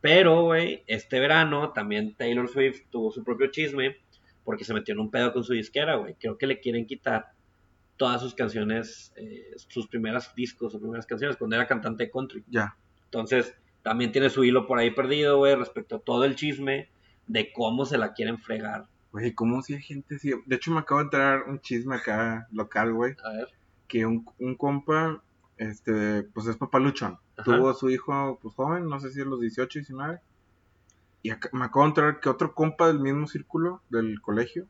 Speaker 1: Pero, güey, este verano también Taylor Swift tuvo su propio chisme porque se metió en un pedo con su disquera, güey. Creo que le quieren quitar todas sus canciones, eh, sus primeras discos, sus primeras canciones, cuando era cantante de country.
Speaker 3: Ya.
Speaker 1: Entonces, también tiene su hilo por ahí perdido, güey, respecto a todo el chisme de cómo se la quieren fregar.
Speaker 3: Güey, ¿cómo si hay gente así? De hecho, me acabo de entrar un chisme acá local, güey.
Speaker 1: A ver.
Speaker 3: Que un, un compa, este, pues es papaluchón.
Speaker 1: Ajá.
Speaker 3: Tuvo a su hijo, pues joven, no sé si a los 18, 19. Y acá- me acabo de enterar que otro compa del mismo círculo, del colegio,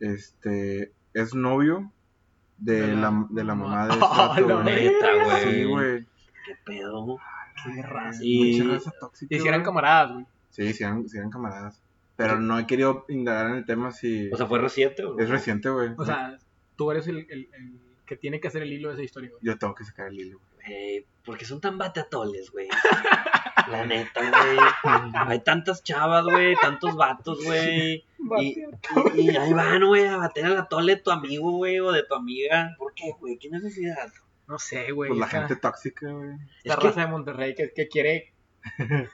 Speaker 3: este, es novio de,
Speaker 2: De la
Speaker 3: la, de la mamá
Speaker 2: mamá.
Speaker 3: de ese vato,
Speaker 2: ¡A la
Speaker 3: güey.
Speaker 1: Neta,
Speaker 2: verga!
Speaker 1: güey.
Speaker 3: Sí, güey. Ah,
Speaker 1: ¿Qué pedo?
Speaker 2: Qué raza.
Speaker 1: Y-
Speaker 3: Mucha raza tóxica,
Speaker 2: Y si eran
Speaker 3: güey.
Speaker 2: camaradas, güey.
Speaker 3: Sí, sí eran, sí eran camaradas. Pero no he querido indagar en el tema si...
Speaker 1: O sea, ¿fue reciente o no?
Speaker 3: es reciente, güey.
Speaker 2: O sea, tú eres el, el- el que tiene que hacer el hilo de esa historia, güey.
Speaker 3: Yo tengo que sacar el hilo, güey.
Speaker 1: Güey, ¿Por qué Eh, son tan batatoles, güey? La neta, güey. Hay tantas chavas, güey, tantos vatos, güey. Y, y- y ahí van, güey, a bater al atole de tu amigo, güey, o de tu amiga. ¿Por qué, güey? ¿Qué necesidad?
Speaker 2: No sé, güey.
Speaker 3: Pues la
Speaker 2: esa-
Speaker 3: gente tóxica, güey.
Speaker 2: Esta
Speaker 1: Es que-
Speaker 2: raza de Monterrey que, que quiere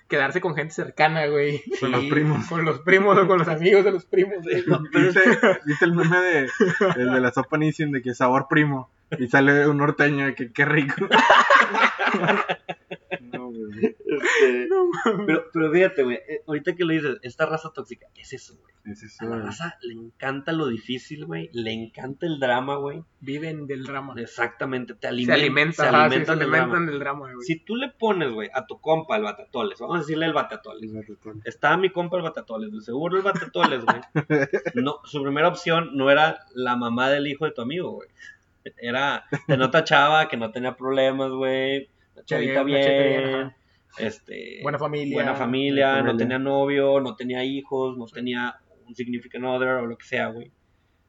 Speaker 2: quedarse con gente cercana, güey.
Speaker 3: Con los
Speaker 1: Sí,
Speaker 3: primos.
Speaker 2: Con los primos o con los amigos de los primos, güey.
Speaker 1: No, pero es
Speaker 3: ¿Viste, viste el meme de, el de la sopa Nissin de que sabor primo? Y sale un norteño de que qué rico. No, güey.
Speaker 1: Este, pero, pero fíjate, güey, eh, ahorita que lo dices, esta raza tóxica, es eso, güey.
Speaker 3: Es
Speaker 1: A
Speaker 3: eso,
Speaker 1: la
Speaker 3: güey.
Speaker 1: raza le encanta lo difícil, güey, le encanta el drama, güey.
Speaker 2: Viven del drama.
Speaker 1: Exactamente, te
Speaker 2: Se
Speaker 1: alimentan,
Speaker 2: alimentan,
Speaker 1: se
Speaker 2: ajá, sí, se
Speaker 1: alimentan del
Speaker 2: alimentan
Speaker 1: drama.
Speaker 2: del drama, güey.
Speaker 1: Si tú le pones, güey, a tu compa el batatoles, vamos a decirle el batatoles. Está mi compa el batatoles, de seguro el batatoles, güey. No, su primera opción no era la mamá del hijo de tu amigo, güey. Era, te nota chava, que no tenía problemas, güey. la Chavita
Speaker 2: Una chica
Speaker 1: bien,
Speaker 2: ajá.
Speaker 1: este...
Speaker 2: Buena familia.
Speaker 1: buena familia,
Speaker 3: Buena
Speaker 1: no
Speaker 3: familia.
Speaker 1: tenía novio, no tenía hijos, no tenía un significant other o lo que sea, güey.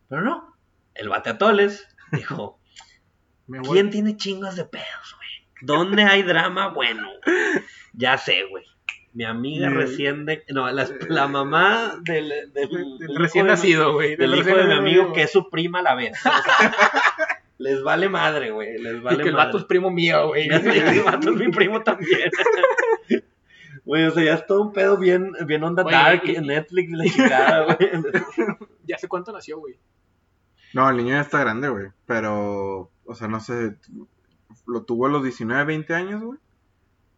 Speaker 1: Pero no, el bateatoles dijo,
Speaker 2: Me voy.
Speaker 1: ¿quién tiene chingos de pedos, güey? ¿Dónde hay drama? Bueno, güey. ya sé, güey. Mi amiga
Speaker 3: Mi-
Speaker 1: recién de... No, la, la mamá del... del-
Speaker 2: Del
Speaker 1: del
Speaker 2: recién
Speaker 1: hijo de mi-
Speaker 2: nacido, güey.
Speaker 1: Del hijo
Speaker 2: recién
Speaker 1: de mi
Speaker 2: nacido,
Speaker 1: amigo que es su prima a la vez. o sea, les vale madre, güey. Les
Speaker 2: Y
Speaker 1: vale
Speaker 2: que el vato
Speaker 1: madre.
Speaker 2: es primo mío, güey.
Speaker 1: Ya sé, el vato es mi primo también. Güey, o sea, ya es todo un pedo bien, bien onda
Speaker 2: Güey,
Speaker 1: dark
Speaker 2: y-
Speaker 1: en Netflix y la chingada, güey.
Speaker 2: Ya sé cuánto nació, güey.
Speaker 3: No, el niño ya está grande, güey. Pero, o sea, no sé. Lo tuvo a los 19, 20 años, güey.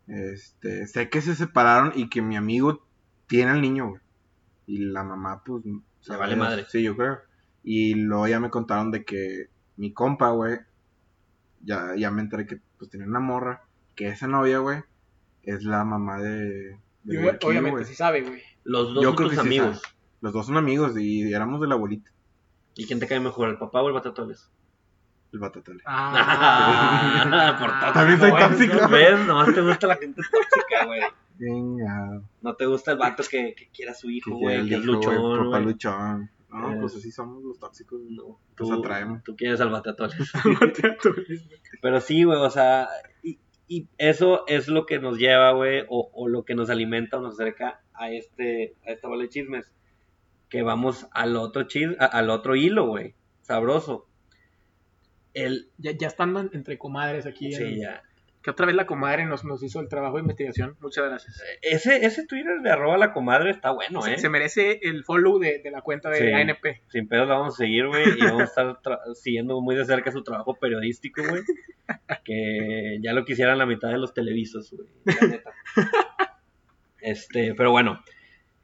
Speaker 3: Este, sé que se separaron y que mi amigo tiene al niño, güey. Y la mamá, pues.
Speaker 1: Le vale madre.
Speaker 3: Sí, yo creo. Y luego ya me contaron de que mi compa, güey. Ya, ya me enteré que pues tenía una morra. Que esa novia, güey, es la mamá de, del
Speaker 2: Yo-
Speaker 3: huerquillo,
Speaker 2: obviamente
Speaker 3: güey.
Speaker 2: sí sabe, güey.
Speaker 1: Los dos
Speaker 3: Yo
Speaker 1: son
Speaker 3: creo
Speaker 1: tus
Speaker 3: que sí
Speaker 1: amigos.
Speaker 3: Los dos son amigos y éramos de la abuelita,
Speaker 1: ¿Y quién te cae mejor, el papá o el batatoles?
Speaker 3: el batatale.
Speaker 1: Ah, por tóxico,
Speaker 3: También soy
Speaker 1: güey.
Speaker 3: tóxico.
Speaker 1: ¿Ves? Nomás te gusta la gente tóxica, güey.
Speaker 3: Venga,
Speaker 1: No te gusta el vato que, que quiera a su
Speaker 3: que
Speaker 1: hijo,
Speaker 3: quiera
Speaker 1: güey,
Speaker 3: el
Speaker 1: que es
Speaker 3: hijo, güey,
Speaker 1: luchón,
Speaker 3: papá
Speaker 1: güey.
Speaker 3: luchón. No,
Speaker 1: Eh.
Speaker 3: pues así somos los tóxicos. güey.
Speaker 1: No,
Speaker 3: Nos
Speaker 1: tú,
Speaker 3: Pues atraemos.
Speaker 1: tú quieres al batatoles.
Speaker 2: Batatoles, güey.
Speaker 1: Pero sí, güey, o sea, y, y eso es lo que nos lleva, güey, o, o lo que nos alimenta o nos acerca a este, a esta bola de chismes. Que vamos al otro chis, a- al otro hilo, güey, sabroso. El,
Speaker 2: ya, ya estando en- entre comadres aquí. en-
Speaker 1: sí, ya.
Speaker 2: Que otra vez la comadre nos, nos hizo el trabajo de investigación. Muchas gracias.
Speaker 1: Ese, ese Twitter de arroba la comadre está bueno,
Speaker 2: se,
Speaker 1: eh.
Speaker 2: se merece el follow de, de la cuenta de
Speaker 1: Sí.
Speaker 2: ANP.
Speaker 1: Sin pedos la vamos a seguir, güey, y vamos a estar tra- siguiendo muy de cerca su trabajo periodístico, güey. Que ya lo quisieran la mitad de los televisos, güey. la neta. Este, pero bueno,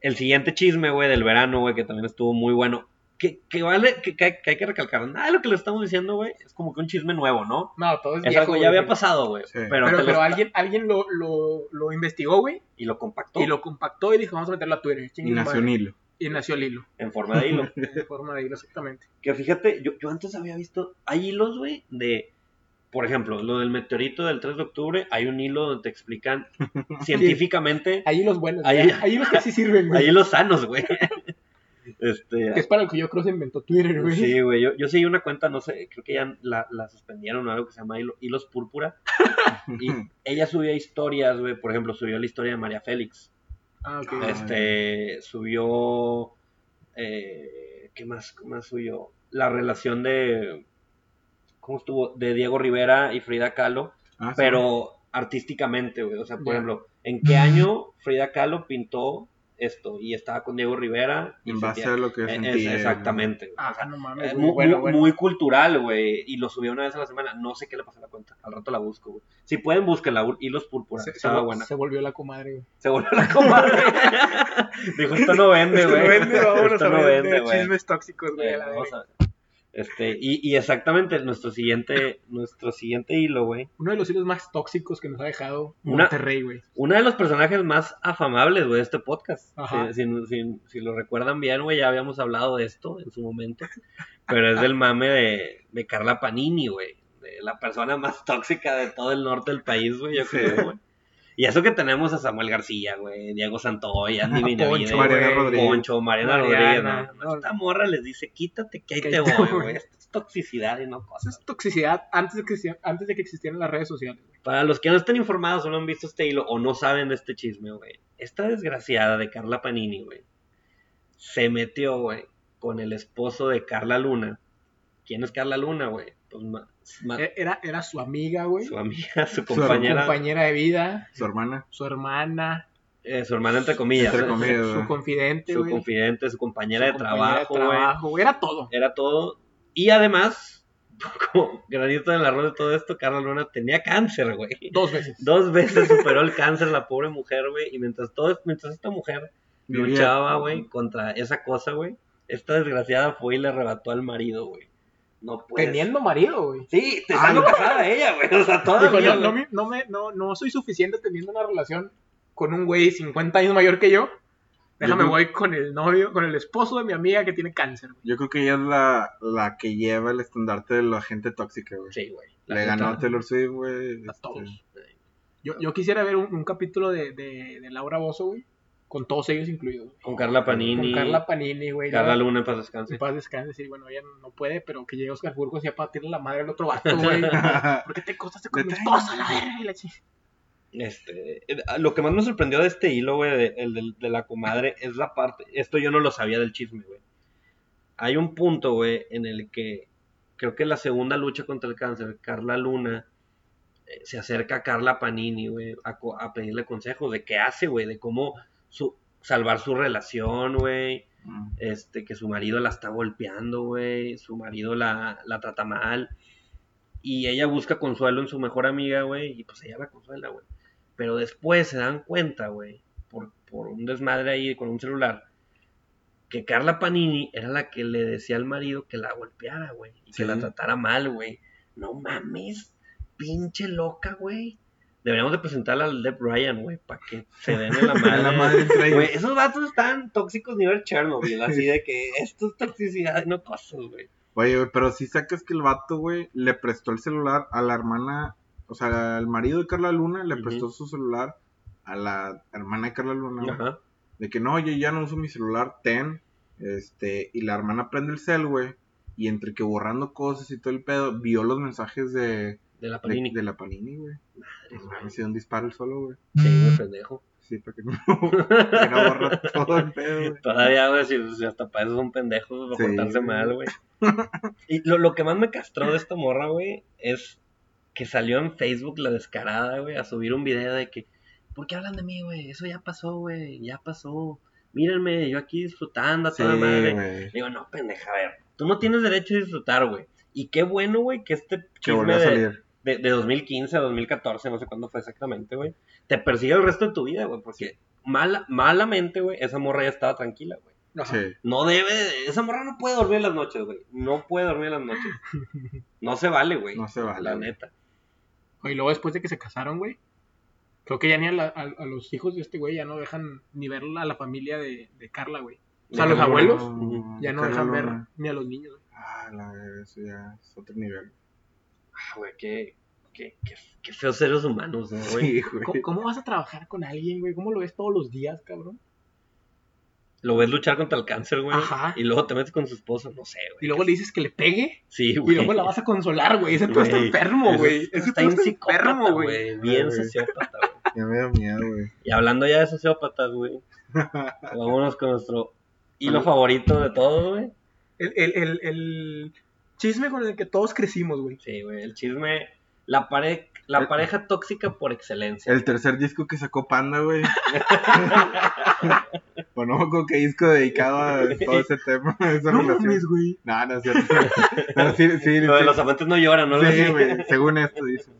Speaker 1: el siguiente chisme, güey, del verano, güey, que también estuvo muy bueno. Que, que vale, que, que hay, que hay que recalcar, nada de lo que le estamos diciendo, güey, es como que un chisme nuevo, ¿no?
Speaker 2: No, todo es,
Speaker 1: Es
Speaker 2: viejo,
Speaker 1: algo que
Speaker 2: güey,
Speaker 1: ya había
Speaker 2: pero-
Speaker 1: pasado, güey.
Speaker 3: Sí.
Speaker 1: Pero,
Speaker 2: Pero,
Speaker 1: te lo-
Speaker 2: pero alguien, alguien lo, lo, lo investigó, güey,
Speaker 1: y lo compactó
Speaker 2: y lo compactó y dijo, vamos a meterlo a Twitter. Chingue
Speaker 3: Y
Speaker 2: su
Speaker 3: nació
Speaker 2: madre.
Speaker 3: un hilo.
Speaker 2: Y nació el hilo.
Speaker 1: en forma de hilo.
Speaker 2: En forma de hilo, exactamente.
Speaker 1: Que fíjate, yo, yo antes había visto, hay hilos, güey, de, por ejemplo, lo del meteorito del 3 de octubre, hay un hilo donde te explican científicamente,
Speaker 2: Ahí los buenos.
Speaker 1: Ahí-
Speaker 2: Ahí, ahí los que sí sirven,
Speaker 1: hay
Speaker 2: güey.
Speaker 1: hilos sanos, güey. Este,
Speaker 2: Que es para lo que yo creo se inventó Twitter, güey.
Speaker 1: sí, güey, yo, yo seguí una cuenta, no sé, creo que ya la, la suspendieron o algo que se llama hilo- Hilos Púrpura. Y ella subía historias, güey, por ejemplo, subió la historia de María Félix.
Speaker 2: Ah, ok.
Speaker 3: Ah,
Speaker 1: Este, subió, eh, ¿qué más, qué más subió? La relación de, ¿cómo estuvo? De Diego Rivera y Frida Kahlo,
Speaker 3: Ah, sí,
Speaker 1: pero artísticamente, güey. O sea, por
Speaker 2: Ya.
Speaker 1: ejemplo, ¿en qué año Frida Kahlo pintó esto? Y estaba con Diego Rivera. y
Speaker 3: En base
Speaker 1: sentía-
Speaker 3: a lo que
Speaker 1: Eh, es-
Speaker 3: sentía.
Speaker 1: exactamente. güey. O
Speaker 2: Ah,
Speaker 1: sea,
Speaker 2: no mames,
Speaker 1: eh,
Speaker 2: güey.
Speaker 1: muy,
Speaker 2: bueno,
Speaker 1: muy-
Speaker 2: bueno.
Speaker 1: muy cultural, güey. Y lo subí una vez a la semana. No sé qué le pasó a la cuenta. Al rato la busco, güey. Si pueden, búsquenla. u- Hilos Púrpura.
Speaker 2: se, se
Speaker 1: estaba
Speaker 2: vol-
Speaker 1: buena.
Speaker 2: se volvió la comadre, güey.
Speaker 1: Se volvió la comadre. Dijo, esto no vende,
Speaker 2: Esto
Speaker 1: güey.
Speaker 2: no vende, vámonos
Speaker 1: Esto
Speaker 2: a
Speaker 1: no
Speaker 2: vender
Speaker 1: vende, güey.
Speaker 2: chismes tóxicos, güey. a la
Speaker 1: Vamos
Speaker 2: verga.
Speaker 1: a- Este, y, y exactamente, nuestro siguiente, nuestro siguiente hilo, güey.
Speaker 2: Uno de los hilos más tóxicos que nos ha dejado
Speaker 1: Una-
Speaker 2: Monterrey, güey.
Speaker 1: Uno de los personajes más afamables, güey, de este podcast.
Speaker 2: Ajá.
Speaker 1: Si, si- si- si lo recuerdan bien, güey, ya habíamos hablado de esto en su momento. Pero es del mame de, de Carla Panini, güey. de La persona más tóxica de todo el norte del país, güey, yo
Speaker 3: Sí.
Speaker 1: creo, güey. Y eso que tenemos a Samuel García, güey, Diego Santoy, Andy
Speaker 2: A
Speaker 1: Benavides,
Speaker 2: Poncho,
Speaker 1: güey.
Speaker 3: Mariana
Speaker 2: güey.
Speaker 3: Rodríguez.
Speaker 1: Poncho, Mariana
Speaker 2: Mariana,
Speaker 1: Rodríguez. no, no,
Speaker 2: no.
Speaker 1: Esta morra les dice, quítate que ahí
Speaker 2: Que
Speaker 1: te
Speaker 2: ahí te
Speaker 1: voy,
Speaker 2: voy.
Speaker 1: güey. Esto es toxicidad y no
Speaker 2: Esa
Speaker 1: cosas.
Speaker 2: es toxicidad antes de que, existi- antes de que existieran las redes sociales. güey.
Speaker 1: Para los que no están informados o no han visto este hilo o no saben de este chisme, güey. Esta desgraciada de Carla Panini, güey, se metió, güey, con el esposo de Carla Luna. ¿Quién es Carla Luna, güey? Pues ma- ma-
Speaker 2: E- Era, era su amiga, güey.
Speaker 1: su amiga, su
Speaker 2: compañera.
Speaker 1: compañera,
Speaker 2: de vida,
Speaker 3: Su hermana.
Speaker 2: su hermana,
Speaker 1: eh, su hermana entre comillas,
Speaker 3: Entre
Speaker 1: ¿no?
Speaker 3: comillas. Amiga,
Speaker 2: su
Speaker 3: güey.
Speaker 2: confidente,
Speaker 1: su
Speaker 2: güey.
Speaker 1: confidente, su
Speaker 2: su
Speaker 1: compañera de
Speaker 2: compañera
Speaker 1: trabajo, güey.
Speaker 2: güey. Era todo.
Speaker 1: era todo. Y además, como granito en el arroz de todo esto, Carla Luna tenía cáncer, güey.
Speaker 2: Dos veces.
Speaker 1: Dos veces superó el cáncer la pobre mujer, güey. Y mientras todo, mientras esta mujer
Speaker 3: Vivía-
Speaker 1: luchaba, güey, contra esa cosa, güey, esta desgraciada fue y le arrebató al marido, güey. No puede
Speaker 2: Teniendo marido, güey.
Speaker 1: ser. Sí, te estando casada ella, güey. O sea, todavía,
Speaker 2: Ah, Dijo, no, no,
Speaker 1: güey.
Speaker 2: me- no me- no- no soy suficiente teniendo una relación con un güey 50 años mayor que yo. Déjame
Speaker 3: Yo-
Speaker 2: voy con el novio, con el esposo de mi amiga que tiene cáncer. güey.
Speaker 3: Yo creo que ella es la, la que lleva el estandarte de la gente tóxica, güey.
Speaker 1: Sí, güey. La
Speaker 3: Le
Speaker 1: neta,
Speaker 3: ganó a Taylor Swift, güey.
Speaker 2: A
Speaker 3: este,
Speaker 2: todos. Yo, yo quisiera ver un, un capítulo de, de- de Laura Bozo, güey. Con todos ellos incluidos. güey.
Speaker 1: Con Carla Panini.
Speaker 2: Con Carla Panini, güey.
Speaker 1: Carla
Speaker 2: ¿no?
Speaker 1: Luna en paz
Speaker 2: En
Speaker 1: descanse.
Speaker 2: paz descanse, sí, bueno, ella no puede, pero que llegue Oscar Burgos y a partirle la madre al otro vato, güey. ¿Por qué te costaste con
Speaker 3: De
Speaker 2: mi
Speaker 3: tres.
Speaker 2: esposa, la verga? y la chi-
Speaker 1: Este, eh, lo que más me sorprendió de este hilo, güey, de, el del- de la comadre, es la parte, esto yo no lo sabía del chisme, güey. Hay un punto, güey, en el que creo que la segunda lucha contra el cáncer, Carla Luna, eh, se acerca a Carla Panini, güey, a, co- a pedirle consejos de qué hace, güey, de cómo su- salvar su relación, güey,
Speaker 3: Mm.
Speaker 1: este, que su marido la está golpeando, güey, su marido la, la trata mal, y ella busca consuelo en su mejor amiga, güey, y pues ella la consuela, güey. Pero después se dan cuenta, güey, por, por un desmadre ahí con un celular, que Carla Panini era la que le decía al marido que la golpeara, güey, y
Speaker 3: Sí.
Speaker 1: que la tratara mal, güey. No mames, pinche loca, güey. Deberíamos de presentarla al Deb Ryan, güey, para que se den en la madre.
Speaker 3: La madre entre ellos.
Speaker 1: Güey, esos vatos están tóxicos nivel Chernobyl, así de que esto es toxicidad y no cosas, güey.
Speaker 3: Oye, güey, pero si sacas que el vato, güey, le prestó el celular a la hermana, o sea, al marido de Carla Luna le
Speaker 1: Ujú.
Speaker 3: prestó su celular a la hermana de Carla Luna, güey.
Speaker 1: Ajá.
Speaker 3: De que no, yo ya no uso mi celular, ten. Este, y la hermana prende el cel, güey. Y entre que borrando cosas y todo el pedo, vio los mensajes de,
Speaker 1: De la
Speaker 3: de,
Speaker 1: Panini. Ah.
Speaker 3: de la Panini, güey. Me sido un disparo el solo, güey.
Speaker 1: Sí,
Speaker 2: Mm.
Speaker 1: güey, pendejo.
Speaker 3: Sí, para que no, para que no borra todo el pedo, güey.
Speaker 1: Todavía, güey, si, si hasta para eso son pendejos,
Speaker 3: Sí,
Speaker 1: para portarse
Speaker 3: güey.
Speaker 1: mal, güey. Y lo, lo que más me castró de esta morra, güey, es que salió en Facebook la descarada, güey, a subir un video de que, ¿por qué hablan de mí, güey? Eso ya pasó, güey, ya pasó. Mírenme, yo aquí disfrutando a
Speaker 3: Sí,
Speaker 1: toda madre.
Speaker 3: güey.
Speaker 1: Digo, no, pendeja, a ver, tú no tienes derecho a disfrutar, güey. Y qué bueno, güey, que este
Speaker 3: Que
Speaker 1: chisme
Speaker 3: volvió a
Speaker 1: de-
Speaker 3: salir.
Speaker 1: de, de 2015 a 2014, no sé cuándo fue exactamente, güey, te persigue el resto de tu vida, güey, porque mala, malamente, güey, esa morra ya estaba tranquila, güey.
Speaker 2: Ajá.
Speaker 3: Sí.
Speaker 1: No debe, de- esa morra no puede dormir en las noches, güey. No puede dormir en las noches. No se vale, güey.
Speaker 3: No se vale,
Speaker 1: La
Speaker 3: güey.
Speaker 1: neta.
Speaker 2: Y luego después de que se casaron, güey. Creo que ya ni a, la- a- a los hijos de este güey ya no dejan ni ver a la familia de, de Carla, güey. O sea, los
Speaker 1: Déjalo,
Speaker 2: abuelos
Speaker 1: Ujú.
Speaker 2: ya no
Speaker 3: Carla
Speaker 2: dejan ver
Speaker 3: Luna.
Speaker 2: ni a los niños, güey.
Speaker 3: Ah, la verga, eso ya es otro nivel.
Speaker 1: Ah, güey, qué, qué, qué, qué feos seres humanos, ¿no, güey.
Speaker 3: Sí, güey.
Speaker 2: ¿Cómo, cómo vas a trabajar con alguien, güey? ¿Cómo lo ves todos los días, cabrón?
Speaker 1: Lo ves luchar contra el cáncer, güey.
Speaker 2: Ajá.
Speaker 1: Y luego te metes con su esposo, no sé, güey.
Speaker 2: Y luego le dices que le pegue
Speaker 1: Sí,
Speaker 2: y
Speaker 1: güey.
Speaker 2: luego la vas a consolar, güey. Ese pedo está
Speaker 1: Güey,
Speaker 2: enfermo,
Speaker 3: ese
Speaker 2: güey. Ese
Speaker 1: Está
Speaker 2: pedo
Speaker 1: bien
Speaker 2: está
Speaker 1: psicópata,
Speaker 2: enfermo, güey.
Speaker 1: güey. Bien
Speaker 3: Ay, güey.
Speaker 1: sociópata, güey.
Speaker 3: Ya me da miedo, güey.
Speaker 1: Y hablando ya de sociópatas, güey. Vámonos con nuestro hilo favorito de todos, güey.
Speaker 2: El, el, el, el chisme con el que todos crecimos, güey.
Speaker 1: Sí, güey. El chisme. La, pare- la pareja tóxica por excelencia.
Speaker 3: El tercer disco que sacó Panda, güey. bueno, no me acuerdo qué disco dedicado a todo ese tema. a Esa
Speaker 2: No
Speaker 3: relación.
Speaker 2: mames, güey.
Speaker 3: No, no es cierto. No, sí, sí, sí.
Speaker 1: Lo de los amantes no lloran, ¿no?
Speaker 3: Sí, güey. Según esto dice.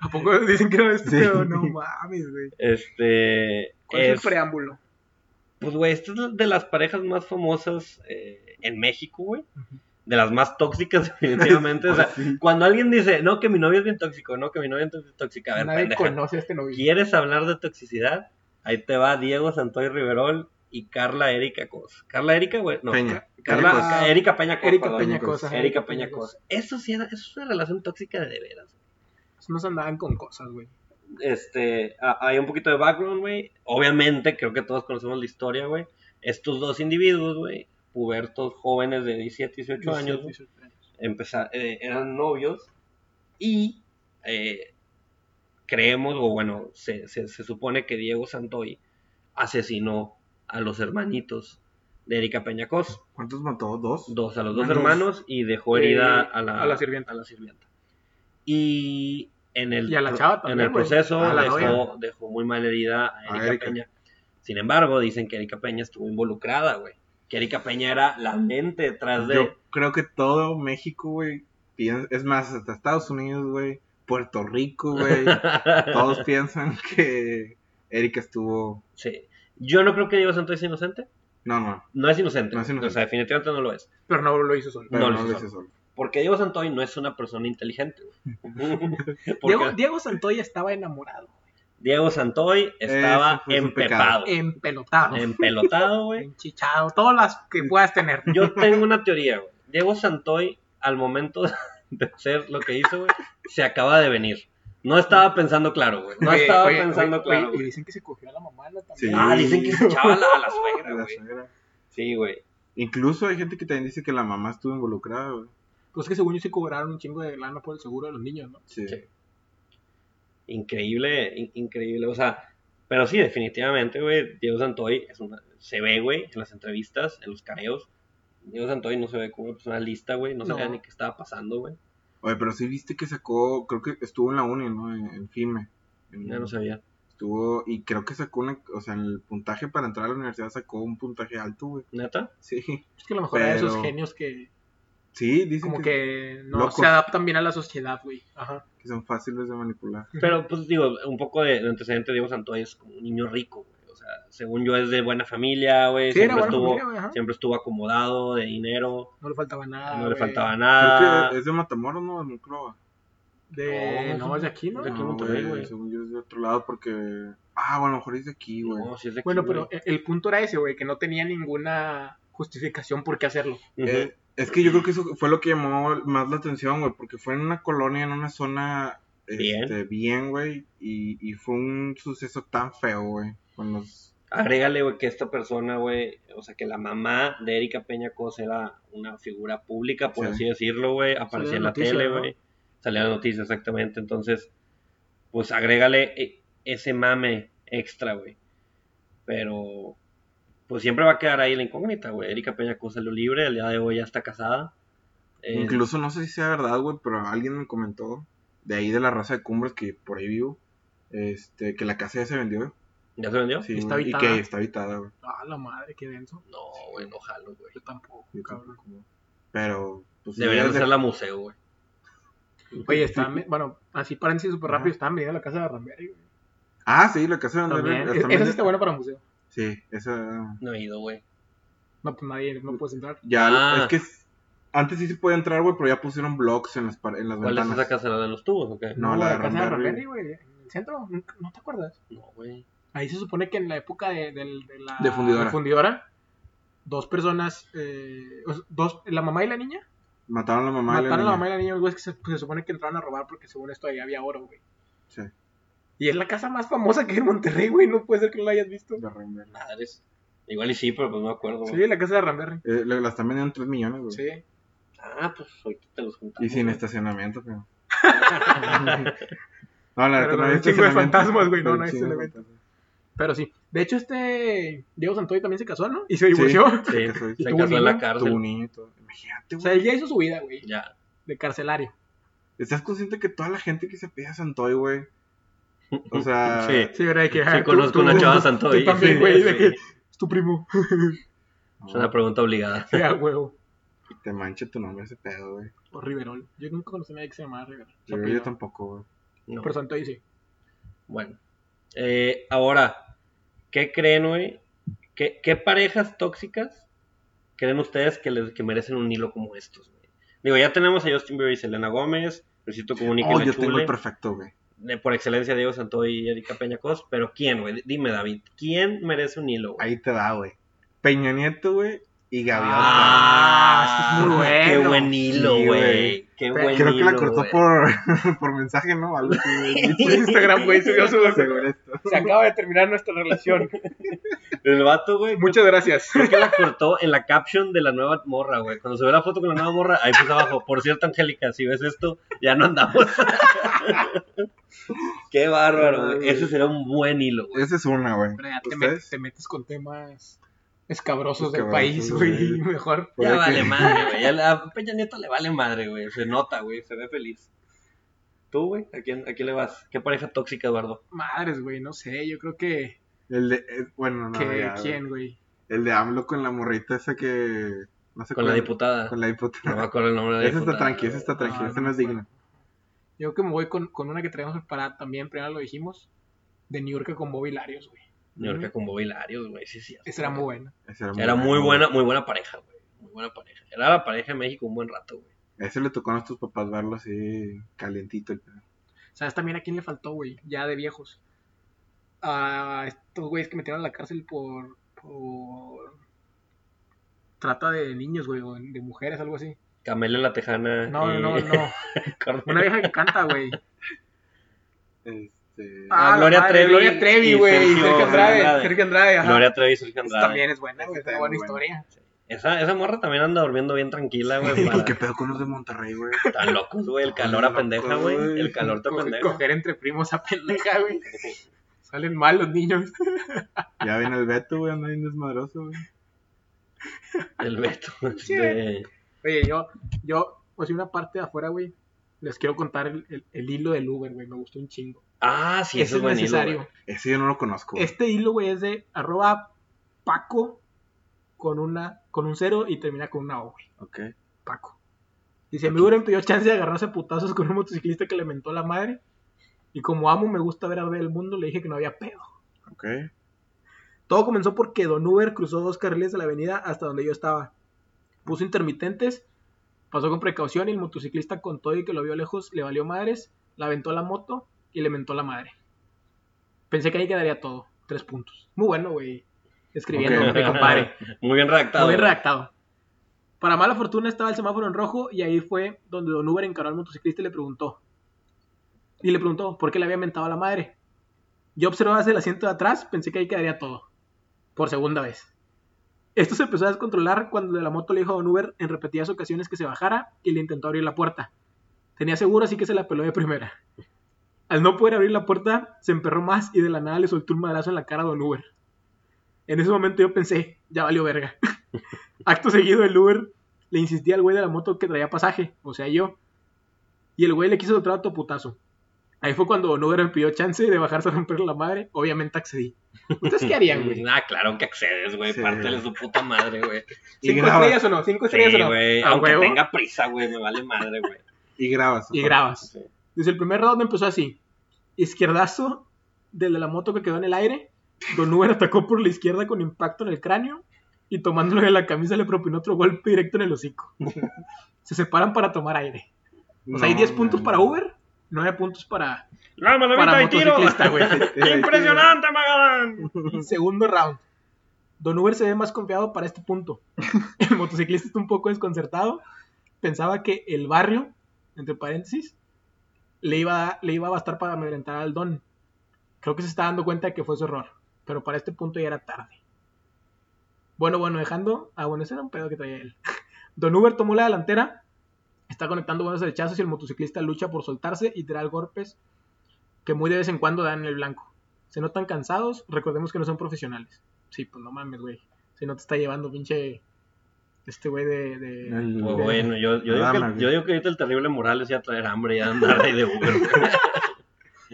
Speaker 2: ¿A poco dicen que no es
Speaker 3: Sí.
Speaker 2: pero No mames, güey.
Speaker 1: Este.
Speaker 2: ¿Cuál es,
Speaker 1: es-
Speaker 2: el preámbulo?
Speaker 1: pues, güey, esta es de las parejas más famosas eh, en México, güey. De las más tóxicas, definitivamente. o sea,
Speaker 3: Sí.
Speaker 1: cuando alguien dice, no, que mi novio es bien tóxico, no, que mi novio es bien tóxica, a ver,
Speaker 2: Nadie
Speaker 1: pendeja,
Speaker 2: conoce a este novio.
Speaker 1: ¿Quieres hablar de toxicidad? Ahí te va Diego Santoy Riverol y Carla Erika Cos. Carla Erika, güey. No,
Speaker 3: Peña.
Speaker 1: Carla,
Speaker 3: Carla,
Speaker 1: Ca- Erika Peña Cos.
Speaker 2: Erika
Speaker 1: perdón.
Speaker 2: Peña
Speaker 3: Cosa.
Speaker 2: Cosa.
Speaker 1: Erika Peña Cos. Eso sí era, eso es una relación tóxica de veras.
Speaker 2: Nos andaban con cosas, güey.
Speaker 1: Este, a- hay un poquito de background, güey. Obviamente, creo que todos conocemos la historia, güey. Estos dos individuos, güey, pubertos jóvenes de 17, 18 años, güey,
Speaker 2: 18 años.
Speaker 1: empeza- eh, eran novios y eh, creemos, o bueno, se, se- se supone que Diego Santoy asesinó a los hermanitos de Erika Peñacos,
Speaker 3: pues, ¿Cuántos mató? ¿Dos?
Speaker 1: dos a los dos
Speaker 3: Hermanos.
Speaker 1: hermanos y dejó herida
Speaker 2: Eh,
Speaker 1: a, la,
Speaker 2: a la sirvienta.
Speaker 1: a la sirvienta. Y en el,
Speaker 2: Y a la
Speaker 1: pro-
Speaker 2: chava también,
Speaker 1: en el
Speaker 2: güey.
Speaker 1: proceso
Speaker 2: A la
Speaker 1: dejó,
Speaker 2: novia.
Speaker 1: dejó muy mal herida a Erika,
Speaker 3: A Erika.
Speaker 1: Peña. Sin embargo, dicen que Erika Peña estuvo involucrada, güey. Que Erika Peña era la mente detrás de...
Speaker 3: Yo creo que todo México, güey. piensa- Es más, hasta Estados Unidos, güey. Puerto Rico, güey. Todos piensan que Erika estuvo.
Speaker 1: Sí. Yo no creo que Diego Santos es inocente.
Speaker 3: No, no.
Speaker 1: No es inocente.
Speaker 3: No es inocente.
Speaker 1: O sea, definitivamente no lo es.
Speaker 2: Pero no lo hizo solo.
Speaker 3: Pero
Speaker 1: No,
Speaker 3: no
Speaker 1: lo
Speaker 3: lo
Speaker 1: hizo
Speaker 3: hice solo.
Speaker 1: Porque Diego Santoy no es una persona inteligente. güey. Porque
Speaker 2: Diego,
Speaker 1: Diego,
Speaker 2: Diego Santoya estaba enamorado,
Speaker 1: Santoy estaba
Speaker 3: Ese fue su
Speaker 1: empepado.
Speaker 2: Eh, empelotado,
Speaker 1: Em- Empelotado, güey.
Speaker 2: enchichado, todas las que puedas tener.
Speaker 1: Yo tengo una teoría, güey. Diego Santoy, al momento de hacer lo que hizo, güey, se acaba de venir. No estaba pensando claro, güey. No
Speaker 2: Oye,
Speaker 1: estaba
Speaker 2: oye,
Speaker 1: pensando
Speaker 2: oye,
Speaker 1: claro.
Speaker 2: oye, y
Speaker 1: güey.
Speaker 2: dicen que se cogió a la mamá ¿no?
Speaker 3: Sí.
Speaker 2: también.
Speaker 1: Ah, dicen que se echaba la- a la suegra,
Speaker 3: La
Speaker 1: güey.
Speaker 3: suegra.
Speaker 1: Sí, güey.
Speaker 3: Incluso hay gente que también dice que la mamá estuvo involucrada, güey.
Speaker 2: Pues que según yo se cobraron un chingo de lana por el seguro de los niños, ¿no?
Speaker 3: Sí.
Speaker 1: Sí. Increíble, in- increíble. O sea, pero sí, definitivamente, güey. Diego Santoy es una- se ve, güey, en las entrevistas, en los careos. Diego Santoy no se ve como una persona lista, güey. No,
Speaker 2: No.
Speaker 1: sabía ni qué estaba pasando, güey.
Speaker 3: Oye, pero sí viste que sacó, creo que estuvo en la uni, ¿no? En, en FIME. En-
Speaker 1: Ya no sabía.
Speaker 3: Estuvo, y creo que sacó una, o sea, en el puntaje para entrar a la universidad sacó un puntaje alto, güey.
Speaker 1: ¿Neta?
Speaker 3: Sí.
Speaker 2: Es que a lo mejor era de esos
Speaker 3: Pero-
Speaker 2: genios que
Speaker 3: Sí, dicen
Speaker 2: como
Speaker 3: que,
Speaker 2: que no
Speaker 3: Locos.
Speaker 2: se adaptan bien a la sociedad, güey. Ajá.
Speaker 3: que son fáciles de manipular.
Speaker 1: Pero, pues digo, un poco de, de antecedente, Diego Santoy es como un niño rico, güey. O sea, según yo es de buena familia, güey.
Speaker 2: Sí, era
Speaker 1: siempre,
Speaker 2: buena
Speaker 1: estuvo,
Speaker 2: familia, güey, ajá.
Speaker 1: siempre estuvo acomodado, de dinero,
Speaker 2: No le faltaba nada.
Speaker 1: no le
Speaker 2: Ah, güey.
Speaker 1: faltaba
Speaker 3: Creo
Speaker 1: nada.
Speaker 3: que es de Matamoros, ¿no? De Monclova.
Speaker 2: De,
Speaker 1: No,
Speaker 2: no, es de aquí, ¿no?
Speaker 1: de aquí.
Speaker 3: No,
Speaker 1: Monterrey, güey.
Speaker 3: Según yo es de otro lado porque... Ah, bueno, a lo mejor es de aquí, güey.
Speaker 1: No, sí es de aquí,
Speaker 2: Bueno,
Speaker 1: güey.
Speaker 2: pero el- el punto era ese, güey, que no tenía ninguna justificación por qué hacerlo.
Speaker 1: Ujú.
Speaker 3: Eh, es que yo creo que eso fue lo que llamó más la atención, güey, porque fue en una colonia, en una zona
Speaker 1: Bien.
Speaker 3: este, bien, güey, y, y fue un suceso tan feo, güey, con los...
Speaker 1: Agrégale, güey, que esta persona, güey, o sea, que la mamá de Erika Peña Cos era una figura pública, por
Speaker 3: Sí.
Speaker 1: así decirlo, güey, aparecía
Speaker 2: Salía
Speaker 1: en
Speaker 2: en
Speaker 1: la
Speaker 2: noticias,
Speaker 1: tele,
Speaker 2: ¿no?
Speaker 1: güey, salía la noticia, exactamente, entonces, pues agrégale e- ese mame extra, güey, pero, pues siempre va a quedar ahí la incógnita, güey, Erika Peña Cos salió libre, al día de hoy ya está casada, eh,
Speaker 3: Incluso no sé si sea verdad, güey, pero alguien me comentó, de ahí de la raza de cumbres que por ahí vivo, este, que la casa ya se vendió,
Speaker 1: ¿ya se vendió?
Speaker 3: sí,
Speaker 2: ¿Y está
Speaker 3: güey, y
Speaker 2: habitada?
Speaker 3: que está habitada, güey.
Speaker 2: Ah, la madre, qué denso.
Speaker 1: No, güey, no jalo, güey,
Speaker 2: Yo tampoco,
Speaker 3: Yo
Speaker 2: cabrón.
Speaker 3: tampoco, güey. Pero, pues, sí,
Speaker 1: deberían
Speaker 3: es de-
Speaker 1: hacerla museo, güey,
Speaker 2: Oye, estaban, bueno, así paréntesis súper rápido, estaban viniendo a la casa de Ramírez. güey.
Speaker 3: Ah, sí, la casa de
Speaker 2: También,
Speaker 3: Andrés.
Speaker 2: es- esa sí está buena para museo.
Speaker 3: Sí, esa...
Speaker 1: no he ido, güey,
Speaker 2: No, pues nadie, no puedes entrar.
Speaker 3: Ya,
Speaker 1: Ah.
Speaker 3: es que es- antes sí se podía entrar, güey, pero ya pusieron blocks en las, par- en las
Speaker 1: ¿cuál es
Speaker 3: Pues, ventanas.
Speaker 1: esa casa, la de los tubos o qué?
Speaker 3: No, la de
Speaker 2: casa de
Speaker 3: Ramírez.
Speaker 2: Ramírez, güey, en el centro, ¿Nunca- ¿no te acuerdas?
Speaker 1: No, güey.
Speaker 2: Ahí se supone que en la época de, del- de la
Speaker 3: De fundidora.
Speaker 2: de fundidora, dos personas, eh, o sea, dos, la mamá y la niña,
Speaker 3: Mataron a la mamá. y
Speaker 2: mataron a la
Speaker 3: niña.
Speaker 2: mamá y la niña, güey, es que se, se supone que entraron a robar porque según esto ahí había oro, güey.
Speaker 3: Sí,
Speaker 2: Y es la casa más famosa que hay en Monterrey, güey, no puede ser que no la hayas visto.
Speaker 3: de Ramírez.
Speaker 1: Madres. Igual y sí, pero pues no me acuerdo. güey.
Speaker 2: Sí, la casa de Ramírez.
Speaker 3: Eh, le- la están vendiendo 3 millones, güey.
Speaker 2: Sí.
Speaker 1: Ah, pues ahorita te los juntamos.
Speaker 3: Y sin
Speaker 1: güey.
Speaker 3: estacionamiento, pero. no, la
Speaker 2: Pero
Speaker 3: verdad,
Speaker 2: no
Speaker 3: no
Speaker 2: hay
Speaker 3: hay
Speaker 2: un chingo de
Speaker 3: estacionamiento.
Speaker 2: fantasmas, güey, no,
Speaker 3: Pero
Speaker 2: no hay
Speaker 3: chingo de
Speaker 2: estacionamiento.
Speaker 3: fantasmas.
Speaker 2: Pero sí. De hecho, este Diego Santoy también se casó, ¿no? Y se
Speaker 3: Sí.
Speaker 2: divorció.
Speaker 1: Sí,
Speaker 3: que soy-
Speaker 1: se
Speaker 2: ¿Y
Speaker 1: casó
Speaker 2: tuvo
Speaker 1: en la
Speaker 2: niño?
Speaker 3: Tuvo
Speaker 1: cárcel.
Speaker 3: un niño y todo. Imagínate,
Speaker 2: O sea,
Speaker 3: güey.
Speaker 2: él ya hizo su vida, güey,
Speaker 1: Ya.
Speaker 2: de carcelario.
Speaker 3: ¿Estás consciente que toda la gente que se pide a Santoy, güey? O sea.
Speaker 1: Sí.
Speaker 2: Sí, ¿verdad? Que, ah,
Speaker 1: Sí, conozco una chava Santoy.
Speaker 2: Yo también,
Speaker 1: Sí,
Speaker 2: güey, de
Speaker 1: sí.
Speaker 2: que es tu primo.
Speaker 3: no,
Speaker 1: Es una pregunta obligada.
Speaker 2: Sí, a huevo.
Speaker 3: te mancha tu nombre ese pedo, güey.
Speaker 2: O Riverol. Yo nunca conocí a nadie que se llamaba Riverol.
Speaker 3: Yo, yo tampoco, güey.
Speaker 1: No.
Speaker 2: Pero Santoy sí.
Speaker 1: Bueno. Eh, ahora, ¿qué creen, güey? ¿Qué, qué parejas tóxicas creen ustedes que, les, que merecen un hilo como estos, güey? Digo, ya tenemos a Justin Bieber y Selena Gómez, Luisito Comunica y
Speaker 3: Oh,
Speaker 1: la
Speaker 3: yo tengo
Speaker 1: Chule,
Speaker 3: el perfecto, güey.
Speaker 1: de- por excelencia Diego Santoy y Erika Peñacos, pero ¿quién, güey? Dime, David, ¿quién merece un hilo, güey?
Speaker 3: Ahí te da, güey. Peña Nieto, güey, y Gaviota.
Speaker 2: Ah, esto es muy bueno.
Speaker 1: Qué buen hilo,
Speaker 3: Sí,
Speaker 1: güey.
Speaker 3: güey.
Speaker 1: Qué
Speaker 2: Pero
Speaker 1: buen
Speaker 3: Creo que la
Speaker 1: hilo,
Speaker 3: cortó
Speaker 1: güey.
Speaker 3: por, por mensaje, ¿no? Algo así, güey.
Speaker 2: Su Instagram, güey, subió su
Speaker 3: Según esto.
Speaker 2: Se acaba de terminar nuestra relación.
Speaker 1: El vato, güey.
Speaker 2: Muchas gracias.
Speaker 1: Creo que la cortó en la caption de la nueva morra, güey. Cuando se ve la foto con la nueva morra, ahí puso abajo. Por cierto, Angélica, si ves esto, ya no andamos. Qué bárbaro, güey. Ese será un buen hilo, güey.
Speaker 3: Esa es una, güey.
Speaker 2: Pero ya te,
Speaker 3: ¿Ustedes?
Speaker 2: metes, te metes con temas escabrosos del
Speaker 3: Escabrosos,
Speaker 2: país, güey.
Speaker 3: güey.
Speaker 2: Mejor.
Speaker 1: Ya
Speaker 3: Puede
Speaker 1: vale
Speaker 3: que-
Speaker 1: madre, güey. Ya la- A Peña Nieto le vale madre, güey. Se nota, güey. Se ve feliz. ¿Tú, güey? ¿A quién, ¿A quién le vas? ¿Qué pareja tóxica, Eduardo?
Speaker 2: Madres, güey, no sé. Yo creo que.
Speaker 3: El de, eh, bueno, no,
Speaker 2: que
Speaker 3: ya, güey.
Speaker 2: ¿Quién, güey?
Speaker 3: El de AMLO con la morrita esa que... No sé
Speaker 1: Con la
Speaker 3: cuál-
Speaker 1: diputada.
Speaker 3: Con la diputada.
Speaker 1: No me acuerdo el nombre de la
Speaker 3: esa está
Speaker 1: diputada.
Speaker 3: tranqui, esa está tranqui,
Speaker 2: Ah,
Speaker 3: esa
Speaker 2: no
Speaker 3: no es
Speaker 2: me acuerdo.
Speaker 3: digna.
Speaker 2: Yo creo que me voy con, con una que traíamos preparada también, primero lo dijimos, de New York con Bob Hilarios, güey.
Speaker 1: New York con Bob Hilarios, güey. Sí, sí.
Speaker 2: Esa era muy buena.
Speaker 3: Esa
Speaker 1: Era muy
Speaker 3: güey.
Speaker 1: buena, muy buena pareja, güey. Muy buena pareja. Era la pareja de México un buen rato, güey.
Speaker 3: Ese le tocó a nuestros papás verlo así calientito. el pedo.
Speaker 2: ¿Sabes también a quién le faltó, güey? Ya de viejos. A estos güeyes que metieron a la cárcel por, por trata de niños, güey, o de mujeres, algo así.
Speaker 1: Camela la Tejana.
Speaker 2: No,
Speaker 1: y-
Speaker 2: no, no.
Speaker 1: Carmen-
Speaker 2: Una vieja que canta, güey.
Speaker 3: Este...
Speaker 1: Ah,
Speaker 2: la
Speaker 1: Gloria
Speaker 2: madre,
Speaker 1: Trevi
Speaker 2: Gloria
Speaker 1: y
Speaker 2: Trevi, güey.
Speaker 1: Sergio
Speaker 2: Sergio, Andrade.
Speaker 1: Andrade.
Speaker 2: Sergio Andrade, ajá.
Speaker 1: Gloria Trevi y Sergio
Speaker 2: Esa
Speaker 1: Andrade.
Speaker 2: también es buena, güey.
Speaker 3: Esa
Speaker 2: Una
Speaker 3: está
Speaker 2: buena
Speaker 3: muy
Speaker 2: historia.
Speaker 1: Esa, esa morra también anda durmiendo bien tranquila, güey.
Speaker 3: Pues
Speaker 1: para-
Speaker 3: qué pedo con los de Monterrey, güey.
Speaker 1: Están locos, güey.
Speaker 2: Ah,
Speaker 1: El calor a
Speaker 3: Están locos,
Speaker 1: pendeja, güey.
Speaker 3: güey.
Speaker 1: El calor te
Speaker 2: Co-
Speaker 1: pendeja.
Speaker 2: Coger entre primos a pendeja, güey. Salen mal los niños.
Speaker 3: Ya viene el Beto, güey, anda bien desmadroso, güey.
Speaker 1: El Beto.
Speaker 2: Sí.
Speaker 1: de-
Speaker 2: Oye, yo, yo, pues una parte de afuera, güey, les quiero contar el, el- el hilo del Uber, güey, me gustó un chingo.
Speaker 1: Ah, sí, eso
Speaker 2: Ese
Speaker 1: es
Speaker 2: es
Speaker 1: buen hilo,
Speaker 2: necesario.
Speaker 1: güey.
Speaker 3: Ese yo no lo conozco. güey.
Speaker 2: este hilo, güey, es de arroba Paco con una, con un cero y termina con una O, güey.
Speaker 3: Ok.
Speaker 2: Paco. Dice, mi Uber me pidió chance de agarrarse a putazos con un motociclista que le mentó la madre. Y como amo, me gusta ver arder el mundo, le dije que no había pedo.
Speaker 3: Ok.
Speaker 2: Todo comenzó porque Don Uber cruzó dos carriles de la avenida hasta donde yo estaba. Puso intermitentes, pasó con precaución y el motociclista con todo y que lo vio lejos le valió madres la aventó la moto y le mentó la madre. Pensé que ahí quedaría todo. Tres puntos. Muy bueno, güey. Escribiendo,
Speaker 3: Ok.
Speaker 2: mi compadre.
Speaker 1: Muy bien redactado.
Speaker 2: Muy bien
Speaker 1: güey.
Speaker 2: redactado. Para mala fortuna estaba el semáforo en rojo y ahí fue donde Don Uber encaró al motociclista y le preguntó. Y le preguntó por qué le había mentado a la madre. Yo observaba hacia el asiento de atrás, pensé que ahí quedaría todo. Por segunda vez. Esto se empezó a descontrolar cuando de la moto le dijo a Don Uber en repetidas ocasiones que se bajara y le intentó abrir la puerta. Tenía seguro, así que se la peló de primera. Al no poder abrir la puerta, se emperró más y de la nada le soltó un madrazo en la cara a Don Uber. En ese momento yo pensé, ya valió verga. Acto seguido, el Uber le insistía al güey de la moto que traía pasaje, o sea, yo. Y el güey le quiso soltar otro putazo. Ahí fue cuando Don Uber me pidió chance de bajarse a romperle la madre. Obviamente accedí. ¿Ustedes qué harían, güey?
Speaker 1: Ah, claro que accedes, güey.
Speaker 3: Sí.
Speaker 1: Pártele su puta madre, güey.
Speaker 3: Y
Speaker 2: ¿Cinco
Speaker 3: grabas.
Speaker 2: estrellas o no? ¿Cinco estrellas
Speaker 1: Sí,
Speaker 2: o no?
Speaker 1: güey.
Speaker 2: ¿A
Speaker 1: Aunque
Speaker 2: huevo?
Speaker 1: tenga prisa, güey, me vale madre, güey.
Speaker 3: Y grabas.
Speaker 2: Y
Speaker 3: aparte.
Speaker 2: grabas.
Speaker 1: Sí.
Speaker 2: Desde el primer round empezó así. Izquierdazo del de la moto que quedó en el aire. Don Uber atacó por la izquierda con impacto en el cráneo y tomándole de la camisa le propinó otro golpe directo en el hocico. Se separan para tomar aire. O sea, hay
Speaker 3: No,
Speaker 2: 10 puntos
Speaker 3: no,
Speaker 2: para
Speaker 3: no.
Speaker 2: Uber, 9 puntos para,
Speaker 1: ¡La
Speaker 2: para
Speaker 1: malavita de tiro!
Speaker 2: motociclista, güey.
Speaker 1: ¡Impresionante, Magalán!
Speaker 2: Segundo round. Don Uber se ve más confiado para este punto. El motociclista está un poco desconcertado. Pensaba que el barrio, entre paréntesis, le iba, le iba a bastar para amedrentar al Don. Creo que se está dando cuenta de que fue su error. Pero para este punto ya era tarde. Bueno, bueno, dejando. Ah, bueno, ese era un pedo que traía él. Don Uber tomó la delantera. Está conectando buenos rechazos y el motociclista lucha por soltarse y tirar golpes que muy de vez en cuando dan en el blanco. Se notan cansados, recordemos que no son profesionales. Sí, pues no mames, güey. Si no te está llevando pinche este güey de, de-
Speaker 3: El-
Speaker 1: Pues bueno, yo, yo, digo
Speaker 3: Nada,
Speaker 1: que,
Speaker 3: Maravilla.
Speaker 1: yo digo que ahorita el terrible Morales iba a traer hambre y a andar ahí de Uber, güey.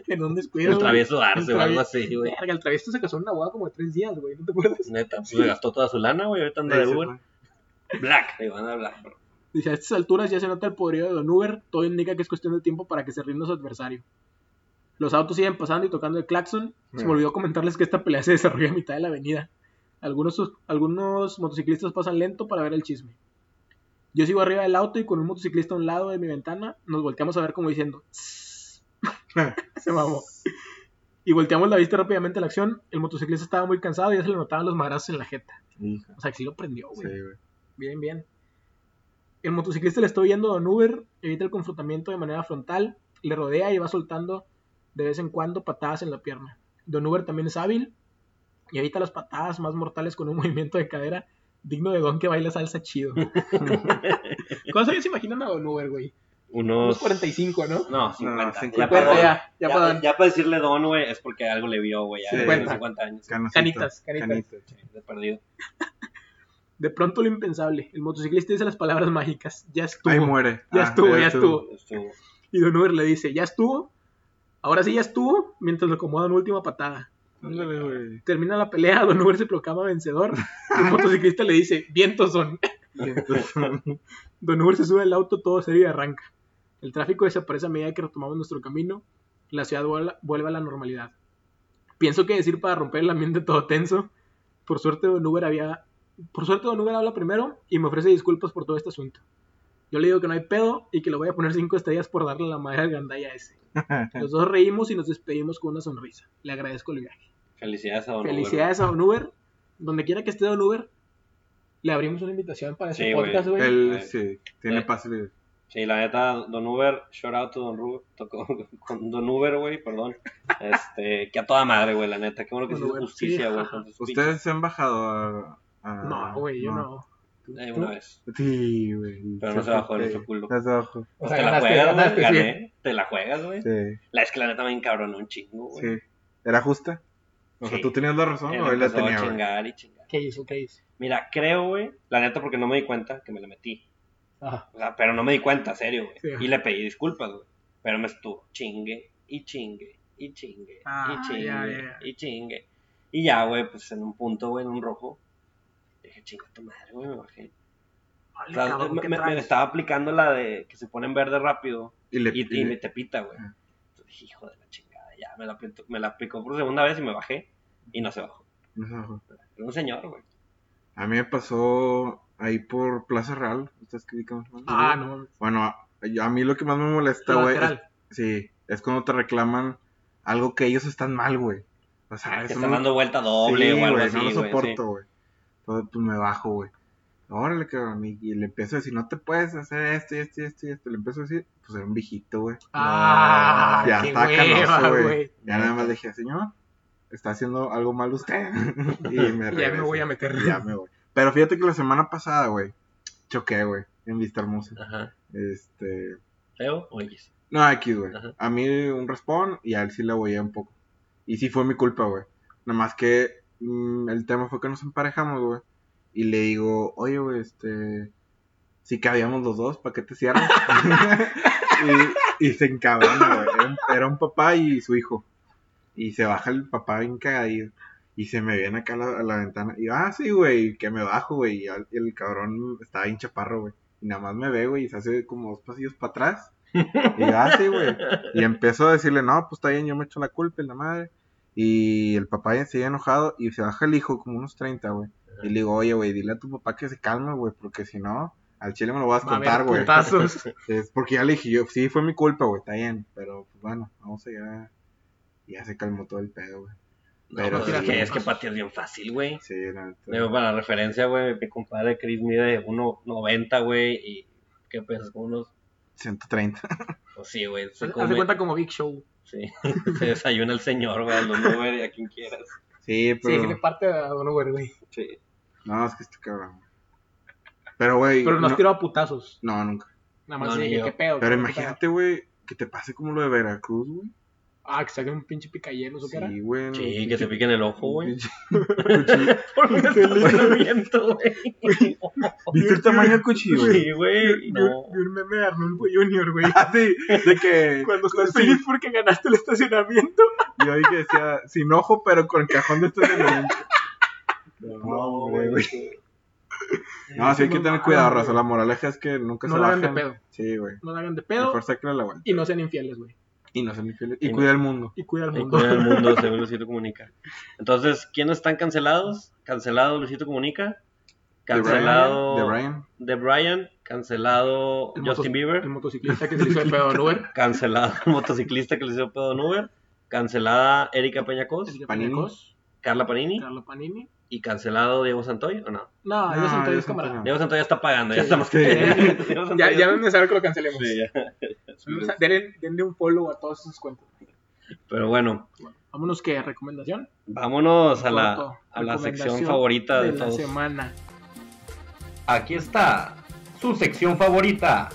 Speaker 2: en un descuido.
Speaker 1: El
Speaker 2: güey.
Speaker 1: travieso darse o
Speaker 2: El
Speaker 1: algo
Speaker 2: travieso-
Speaker 1: así, güey.
Speaker 2: Verga, el travieso se casó en una boda como de tres días, güey. ¿No te acuerdas?
Speaker 1: Neta, pues se gastó toda su lana, güey. Ahorita anda
Speaker 3: Ahí
Speaker 1: de
Speaker 3: se
Speaker 1: Uber.
Speaker 3: fue.
Speaker 1: Black, digo, anda Black, bro.
Speaker 2: Dice, a estas alturas ya se nota el poderío de Don Uber, todo indica que es cuestión de tiempo para que se rinda su adversario. Los autos siguen pasando y tocando el claxon. Se me
Speaker 3: Mm.
Speaker 2: olvidó comentarles que esta pelea se desarrolla a mitad de la avenida. Algunos, algunos motociclistas pasan lento para ver el chisme. Yo sigo arriba del auto y con un motociclista a un lado de mi ventana nos volteamos a ver como diciendo, "Tss". se mamó. Y volteamos la vista rápidamente a la acción. El motociclista estaba muy cansado y ya se le notaban los madrazos en la jeta.
Speaker 3: Hija,
Speaker 2: O sea, que sí lo prendió,
Speaker 3: sí,
Speaker 2: güey.
Speaker 3: güey.
Speaker 2: Bien, bien. El motociclista le está huyendo a Don Uber, evita el confrontamiento de manera frontal, le rodea y va soltando de vez en cuando patadas en la pierna. Don Uber también es hábil y evita las patadas más mortales con un movimiento de cadera digno de Don que baila salsa chido. ¿Cuántos años se imaginan a Don Uber, güey? Unos
Speaker 1: Unos.
Speaker 2: 45, ¿no?
Speaker 1: No, 50.
Speaker 3: 50.
Speaker 1: Ya,
Speaker 3: 50,
Speaker 1: para, ya,
Speaker 2: ya, ya, para Don.
Speaker 1: ya para decirle don, güey, es porque algo le vio, güey. Ya
Speaker 3: Sí.
Speaker 1: tiene
Speaker 2: 50.
Speaker 1: 50 años.
Speaker 2: Canitas,
Speaker 3: Canasitas,
Speaker 2: canitas.
Speaker 1: Sí, de perdido.
Speaker 2: De pronto lo impensable. El motociclista dice las palabras mágicas. Ya estuvo.
Speaker 3: Ahí muere.
Speaker 2: Ya
Speaker 3: Ah,
Speaker 2: estuvo, ya estuvo.
Speaker 1: Estuvo.
Speaker 2: Y Don Uber le dice, ya estuvo. Ahora sí ya estuvo, mientras le acomodan última patada.
Speaker 3: Ándale, güey.
Speaker 2: Termina la pelea, Don Uber se proclama vencedor. El motociclista le dice, vientos son. Don Uber se sube al auto todo serio y arranca. El tráfico desaparece a medida que retomamos nuestro camino. La ciudad vuela- vuelve a la normalidad. Pienso que decir para romper el ambiente todo tenso. Por suerte Don Uber había... Por suerte Don Uber habla primero y me ofrece disculpas por todo este asunto. Yo le digo que no hay pedo y que le voy a poner cinco estrellas por darle la madre al gandaya ese. Los dos reímos y nos despedimos con una sonrisa. Le agradezco el viaje.
Speaker 1: Felicidades a don. Uber, güey.
Speaker 2: Felicidades a Don Uber. Donde quiera que esté Don Uber, le abrimos una invitación para ese
Speaker 1: Sí, güey.
Speaker 2: podcast, güey.
Speaker 3: Él, sí, tiene
Speaker 1: Eh.
Speaker 3: pase libre.
Speaker 1: Sí, la neta, Don Uber, shout out to Don Uber, tocó con Don Uber, güey, perdón. Este, que a toda madre, güey, la neta, qué bueno que
Speaker 2: Don
Speaker 1: se hizo
Speaker 2: Uber,
Speaker 1: justicia,
Speaker 2: sí,
Speaker 1: güey.
Speaker 2: ajá.
Speaker 1: con sus
Speaker 3: ¿Ustedes se han bajado a...? a-
Speaker 2: No, güey, yo no.
Speaker 1: pinches. Eh, una vez.
Speaker 3: Sí, güey.
Speaker 1: Pero no se bajó, le hizo culo.
Speaker 3: No se bajó,
Speaker 1: Pues
Speaker 2: sea,
Speaker 1: te la
Speaker 2: ganaste,
Speaker 1: juegas, güey,
Speaker 2: ganaste,
Speaker 1: gané. Te la juegas, güey.
Speaker 3: sí,
Speaker 1: La es que la neta me encabronó un chingo, güey.
Speaker 3: sí. ¿Era justa? O sea,
Speaker 1: Sí.
Speaker 3: ¿tú tenías la razón
Speaker 1: Eh,
Speaker 3: o
Speaker 1: me
Speaker 3: él la
Speaker 1: empezó a
Speaker 3: tenía, güey?
Speaker 1: chingar y chingar.
Speaker 2: ¿Qué hizo? ¿Qué hizo?
Speaker 1: Mira, creo, güey, la neta, porque no me di cuenta que me la metí.
Speaker 2: Ajá.
Speaker 1: O sea, pero no me di cuenta, serio, güey.
Speaker 2: Sí.
Speaker 1: Y le pedí disculpas, güey. Pero me estuvo chingue y chingue y chingue
Speaker 2: Ah,
Speaker 1: y chingue
Speaker 2: ya, ya.
Speaker 1: y chingue. Y ya, güey, pues en un punto, güey, en un rojo, dije, chinga tu madre, güey, me bajé. O
Speaker 2: Vale,
Speaker 1: sea,
Speaker 2: cabrón,
Speaker 1: me,
Speaker 2: ¿qué
Speaker 1: me- me
Speaker 2: traes?
Speaker 1: estaba aplicando la de que se pone en verde rápido
Speaker 3: Y le...
Speaker 1: y, y
Speaker 3: y
Speaker 1: me
Speaker 3: le-
Speaker 1: te pita, güey.
Speaker 3: Ah.
Speaker 1: Entonces dije, hijo de la chingada, ya, me la, aplicó- me la aplicó por segunda vez y me bajé y no se bajó.
Speaker 3: no se bajó.
Speaker 1: Era un señor, güey.
Speaker 3: A mí me pasó ahí por Plaza Real. ¿Ustedes qué ubican más o menos?
Speaker 2: Ah, no.
Speaker 3: Bueno, a, yo- a mí lo que más me molesta,
Speaker 2: La
Speaker 3: güey... es-
Speaker 2: lateral.
Speaker 3: Sí. es cuando te reclaman algo que ellos están mal, güey. O sea,
Speaker 1: Ah, que
Speaker 3: Ah, eso
Speaker 1: están
Speaker 3: no-
Speaker 1: dando vuelta doble
Speaker 3: Sí,
Speaker 1: o algo
Speaker 3: güey,
Speaker 1: así,
Speaker 3: No lo
Speaker 1: güey, sí.
Speaker 3: soporto, güey. Entonces, pues me bajo, güey. Órale, cabrón. Y, y le empiezo a decir, no te puedes hacer esto y esto y esto y esto. Le empiezo a decir, pues era un viejito, güey.
Speaker 2: Ah,
Speaker 3: ya
Speaker 2: qué
Speaker 3: está canoso,
Speaker 2: hueva,
Speaker 3: güey.
Speaker 2: güey.
Speaker 3: Ya nada más le dije, señor, está haciendo algo mal usted. y me
Speaker 2: Ya me
Speaker 3: regresé.
Speaker 2: voy a meter.
Speaker 3: Ya me voy. Pero fíjate que la semana pasada, güey, choqué, güey, en Vista Hermosa.
Speaker 1: Ajá.
Speaker 3: Este.
Speaker 1: ¿Feo o X?
Speaker 3: No, aquí, güey.
Speaker 1: Ajá.
Speaker 3: A mí un respawn y a él sí le voy un poco. Y sí fue mi culpa, güey. Nada más que mm, el tema fue que nos emparejamos, güey. Y le digo, oye, güey, este. Si cabíamos los dos, ¿para qué te cierras? y, y se encabrona, güey. Era un, era un papá y su hijo. Y se baja el papá bien cagadillo. Y se me viene acá a la, a la ventana. Y yo, ah, sí, güey, que me bajo, güey. Y al- y el cabrón estaba bien chaparro, güey. Y nada más me ve, güey, y se hace como dos pasillos para atrás. Y yo, ah, sí, güey. Y empezó a decirle, no, pues está bien, yo me echo la culpa y la madre. Y el papá ya se había enojado y se baja el hijo como unos 30, güey. Y le digo, oye, güey, dile a tu papá que se calme, güey, porque si no, al chile me lo vas a
Speaker 2: Va a haber
Speaker 3: contar, güey.
Speaker 2: putazos.
Speaker 3: Es porque ya le dije yo, sí, fue mi culpa, güey, está bien. Pero pues, bueno, vamos allá. Y ya se calmó todo el pedo, güey.
Speaker 1: No,
Speaker 3: Pero
Speaker 1: pues
Speaker 3: sí,
Speaker 1: es, que,
Speaker 3: güey.
Speaker 1: es que patear bien fácil, güey.
Speaker 3: Sí, la neta.
Speaker 1: Digo, para referencia, güey, mi compadre Chris mide 1.90, güey, y ¿qué pesas? Como unos...
Speaker 3: 130.
Speaker 1: Pues sí, güey, se
Speaker 2: Haz
Speaker 1: come,
Speaker 2: de cuenta como Big Show.
Speaker 1: sí. se desayuna el señor, güey, al Don Uber y a quien quieras.
Speaker 3: Sí,
Speaker 2: Sí,
Speaker 3: pero.
Speaker 2: sí le parte a Don Uber, güey.
Speaker 1: Sí.
Speaker 3: No, es que este cabrón. Pero, güey.
Speaker 2: Pero nos
Speaker 3: no-
Speaker 2: tiró a putazos.
Speaker 3: no, nunca.
Speaker 2: Nada más
Speaker 1: No,
Speaker 2: le
Speaker 1: ni
Speaker 2: dije,
Speaker 1: yo.
Speaker 2: ¿qué pedo?
Speaker 3: Pero
Speaker 2: qué pedo?
Speaker 3: imagínate, güey, que te pase como lo de Veracruz, güey.
Speaker 2: Ah, que salió un pinche picayelo, ¿o qué era?
Speaker 3: Sí, güey.
Speaker 1: Sí, que se pique en el ojo, güey. Por un
Speaker 3: estacionamiento,
Speaker 1: estacionamiento, güey.
Speaker 3: ¿Viste el tamaño del cuchillo, güey?
Speaker 1: Sí, güey, no.
Speaker 2: Yo un meme de Arnulfo Junior, güey.
Speaker 3: Ah, sí, de que.
Speaker 2: Cuando estás
Speaker 3: Sí.
Speaker 2: feliz porque ganaste el estacionamiento.
Speaker 3: Yo ahí que decía, sin ojo, pero con cajón de estacionamiento. No, güey. No, sí hay que tener cuidado, raza. La moraleja es que nunca
Speaker 2: No
Speaker 3: se
Speaker 2: la hagan
Speaker 3: bajen.
Speaker 2: de pedo.
Speaker 3: Sí, güey.
Speaker 2: No la hagan de pedo
Speaker 3: Mejor sáquenle la vuelta.
Speaker 2: y no sean infieles, güey.
Speaker 3: Y no sean infieles. Y
Speaker 1: Y no-
Speaker 3: cuida el mundo.
Speaker 2: Y cuida al
Speaker 1: Y
Speaker 2: mundo.
Speaker 1: cuida el mundo, según Luisito Comunica. Entonces, ¿quiénes están cancelados? Cancelado Luisito Comunica. Cancelado
Speaker 3: De Brian.
Speaker 1: The Brian. Cancelado
Speaker 2: El
Speaker 1: Justin
Speaker 2: motos- El
Speaker 1: Bieber.
Speaker 2: motociclista que se hizo el pedo al Uber.
Speaker 1: Cancelado el motociclista que le hizo pedo en Uber. Cancelada Erika Peñacos.
Speaker 2: El de
Speaker 3: Panini.
Speaker 2: Penecos,
Speaker 1: Carla Panini.
Speaker 2: Carlo Panini.
Speaker 1: Y cancelado Diego Santoy, ¿o no?
Speaker 2: No, yo
Speaker 3: No,
Speaker 2: soy
Speaker 3: yo
Speaker 2: Dios
Speaker 3: soy
Speaker 2: camarada.
Speaker 3: Antonio.
Speaker 1: Diego Santoy ya está pagando, ya
Speaker 2: Sí.
Speaker 1: está más que.
Speaker 3: Eh,
Speaker 1: Diego Santoy
Speaker 2: Ya,
Speaker 1: ya-
Speaker 2: ya deben de saber que lo cancelemos.
Speaker 1: Sí, ya.
Speaker 2: Denle- denle, un follow a todas esas cuentas.
Speaker 1: Pero bueno,
Speaker 2: Vámonos que recomendación
Speaker 1: vámonos a
Speaker 2: Corto.
Speaker 1: la, a la
Speaker 2: Recomendación
Speaker 1: sección favorita de,
Speaker 2: de la
Speaker 1: todos.
Speaker 2: semana.
Speaker 4: Aquí está su sección favorita,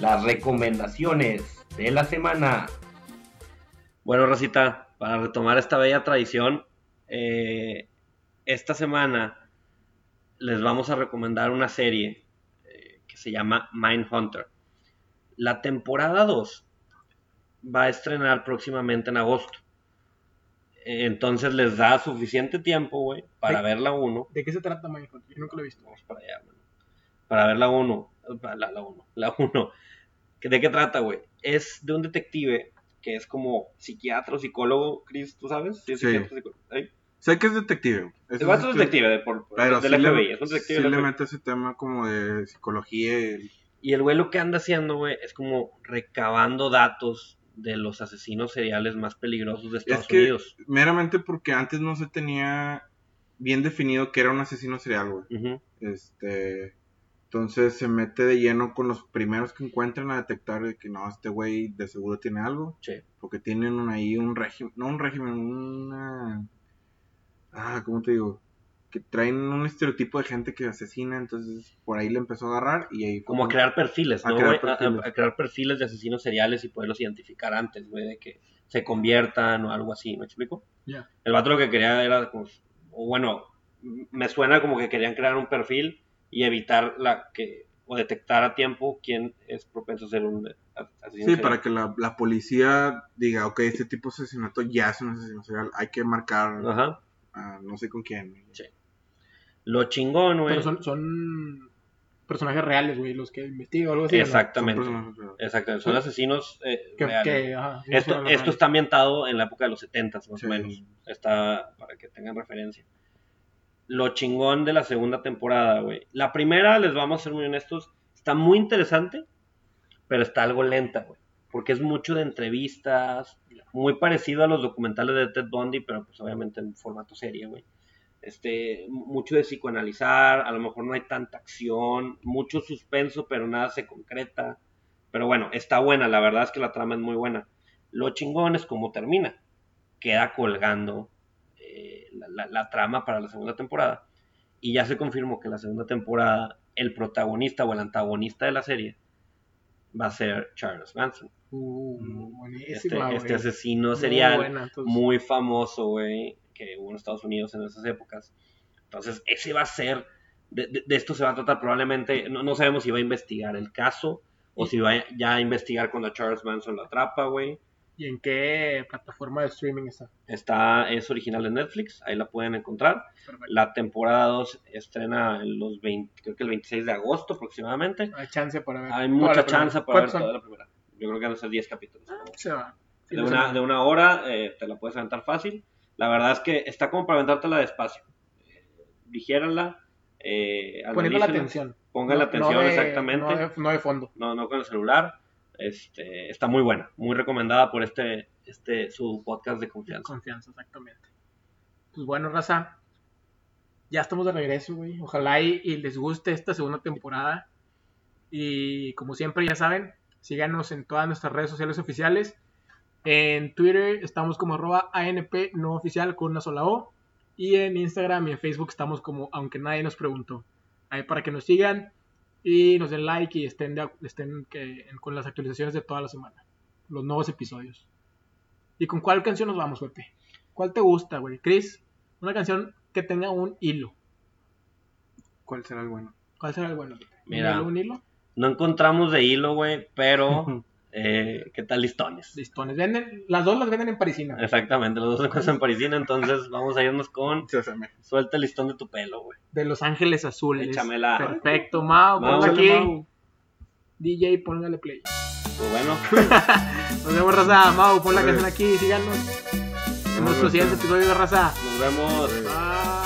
Speaker 4: las recomendaciones de la semana.
Speaker 1: Bueno, Rosita, para retomar esta bella tradición, eh, esta semana les vamos a recomendar una serie eh, que se llama Mindhunter. La temporada 2 va a estrenar próximamente en agosto. Eh, Entonces les da suficiente tiempo, güey, para
Speaker 2: Sí.
Speaker 1: ver la 1.
Speaker 2: ¿De qué se trata, Minecraft? Yo nunca lo he visto.
Speaker 1: Vamos para allá, mano. Para ver la 1. La 1. La 1. ¿De qué trata, güey? Es de un detective que es como psiquiatra o psicólogo, Chris, ¿tú sabes? Sí, es
Speaker 3: Sí.
Speaker 1: psiquiatra, psicólogo. Ay,
Speaker 3: Sé que es detective.
Speaker 1: El vato es detective de, por,
Speaker 3: Pero
Speaker 1: del
Speaker 3: sí le-
Speaker 1: FBI. es un detective
Speaker 3: sí
Speaker 1: del
Speaker 3: le
Speaker 1: FBI.
Speaker 3: mete ese tema como de psicología. y-
Speaker 1: Y el güey lo que anda haciendo, güey, es como recabando datos de los asesinos seriales más peligrosos de Estados
Speaker 3: Es que-
Speaker 1: Unidos.
Speaker 3: Meramente porque antes no se tenía bien definido que era un asesino serial, güey.
Speaker 1: Ujú.
Speaker 3: Este, entonces se mete de lleno con los primeros que encuentran a detectar de que no, este güey de seguro tiene algo,
Speaker 1: Sí.
Speaker 3: porque tienen un- ahí un régimen, no un régimen, una... Ah, ¿cómo te digo? Que traen un estereotipo de gente que asesina, entonces por ahí le empezó a agarrar y ahí... fue
Speaker 1: Como a crear perfiles,
Speaker 3: A
Speaker 1: ¿no?
Speaker 3: crear
Speaker 1: güey? A- a-
Speaker 3: perfiles.
Speaker 1: A, crear perfiles de asesinos seriales y poderlos identificar antes, güey, de que se conviertan o algo así, ¿me explico?
Speaker 2: Ya.
Speaker 1: El vato lo que quería era, como, o bueno, m- me suena como que querían crear un perfil y evitar la que, o detectar a tiempo quién es propenso a ser un eh, a- asesino
Speaker 3: Sí,
Speaker 1: serial.
Speaker 3: para que la, la policía diga, ok, este tipo de asesinato ya es un asesino serial, hay que marcar
Speaker 1: Ajá.
Speaker 3: a no sé con quién.
Speaker 1: Lo chingón, güey.
Speaker 2: Pero son, son personajes reales, güey, los que investigo o algo así. ¿no?
Speaker 3: Son
Speaker 1: Exactamente.
Speaker 3: personas reales.
Speaker 1: Exactamente. Son asesinos eh,
Speaker 2: Que,
Speaker 1: reales.
Speaker 2: que, ajá, sí,
Speaker 1: Esto,
Speaker 2: son
Speaker 1: esto
Speaker 2: reales.
Speaker 1: está ambientado en la época de los 70 más
Speaker 3: Sí.
Speaker 1: o menos. Está para que tengan referencia. Lo chingón de la segunda temporada, güey. La primera, les vamos a ser muy honestos, está muy interesante, pero está algo lenta, güey. porque es mucho de entrevistas, muy parecido a los documentales de Ted Bundy, pero pues obviamente en formato serie, güey. Este, mucho de psicoanalizar, a lo mejor no hay tanta acción, mucho suspenso, pero nada se concreta. Pero bueno, está buena, la verdad es que la trama es muy buena. Lo chingón es cómo termina. Queda colgando eh, la, la- la trama para la segunda temporada. Y ya se confirmó que la segunda temporada, el protagonista o el antagonista de la serie va a ser Charles Manson.
Speaker 2: Uh,
Speaker 1: Mm. Este,
Speaker 2: buenísima,
Speaker 1: este
Speaker 2: güey.
Speaker 1: asesino
Speaker 2: Muy pues.
Speaker 1: serial
Speaker 2: buena, entonces.
Speaker 1: muy famoso, güey, que hubo en Estados Unidos en esas épocas. Entonces, ese va a ser, de, de- de esto se va a tratar probablemente, no, no sabemos si va a investigar el caso o si va ya a investigar cuando Charles Manson lo atrapa, güey.
Speaker 2: ¿Y en qué plataforma de streaming está?
Speaker 1: Está, es original de Netflix, ahí la pueden encontrar.
Speaker 2: Perfecto.
Speaker 1: La temporada 2 estrena en los 20, creo que el 26 de agosto aproximadamente.
Speaker 2: Hay chance para ver.
Speaker 1: Hay
Speaker 2: toda la
Speaker 1: mucha
Speaker 2: primera.
Speaker 1: chance para ver
Speaker 2: ¿Cuántos
Speaker 1: toda
Speaker 2: son?
Speaker 1: la primera. Yo creo que van a ser 10 capítulos.
Speaker 2: Se va. Sí,
Speaker 1: de,
Speaker 2: lo
Speaker 1: una,
Speaker 2: sé.
Speaker 1: de una hora eh, te la puedes aventar fácil. La verdad es que está como para aventártela despacio. Eh, Digiérala, eh,
Speaker 2: Poniendo
Speaker 1: analícela,
Speaker 2: la atención.
Speaker 1: Ponga la
Speaker 2: No-
Speaker 1: atención
Speaker 2: no de-
Speaker 1: exactamente.
Speaker 2: No de, no de fondo.
Speaker 1: No, no con el celular. Este, está muy buena, muy recomendada por este, este su podcast de confianza.
Speaker 2: Confianza, exactamente. Pues bueno, raza. Ya estamos de regreso, güey. Ojalá y, y les guste esta segunda temporada. Y como siempre, ya saben, síganos en todas nuestras redes sociales oficiales. En Twitter estamos como arroba ANP no oficial con una sola O. Y en Instagram y en Facebook estamos como aunque nadie nos preguntó. Ahí para que nos sigan y nos den like y estén, de ac- estén que- con las actualizaciones de toda la semana. Los nuevos episodios. ¿Y con cuál canción nos vamos, Pepe? ¿Cuál te gusta, güey? Chris, una canción que tenga un hilo.
Speaker 3: ¿Cuál será el bueno?
Speaker 2: ¿Cuál será el bueno, Pepe? ¿Un
Speaker 1: Mira.
Speaker 2: hilo, ¿Un hilo?
Speaker 1: No encontramos de hilo, güey, pero eh, ¿qué tal listones?
Speaker 2: Listones. Venden, las dos las venden en Parisina.
Speaker 1: Exactamente, los dos se encuentran en Parisina, entonces vamos a irnos con
Speaker 3: Se asemeja.
Speaker 1: Suelta el listón de tu pelo, güey.
Speaker 2: De Los Ángeles Azules.
Speaker 1: Échamela.
Speaker 2: Perfecto, Mao.
Speaker 1: Mau,
Speaker 2: Ponla aquí.
Speaker 1: échale, Mau.
Speaker 2: DJ, póngale play.
Speaker 1: Pues bueno,
Speaker 2: Nos vemos, raza. Mau, pon la
Speaker 3: Sí.
Speaker 2: canción aquí. Síganos. En nuestro siguiente episodio de raza.
Speaker 1: nos vemos.
Speaker 2: Bye.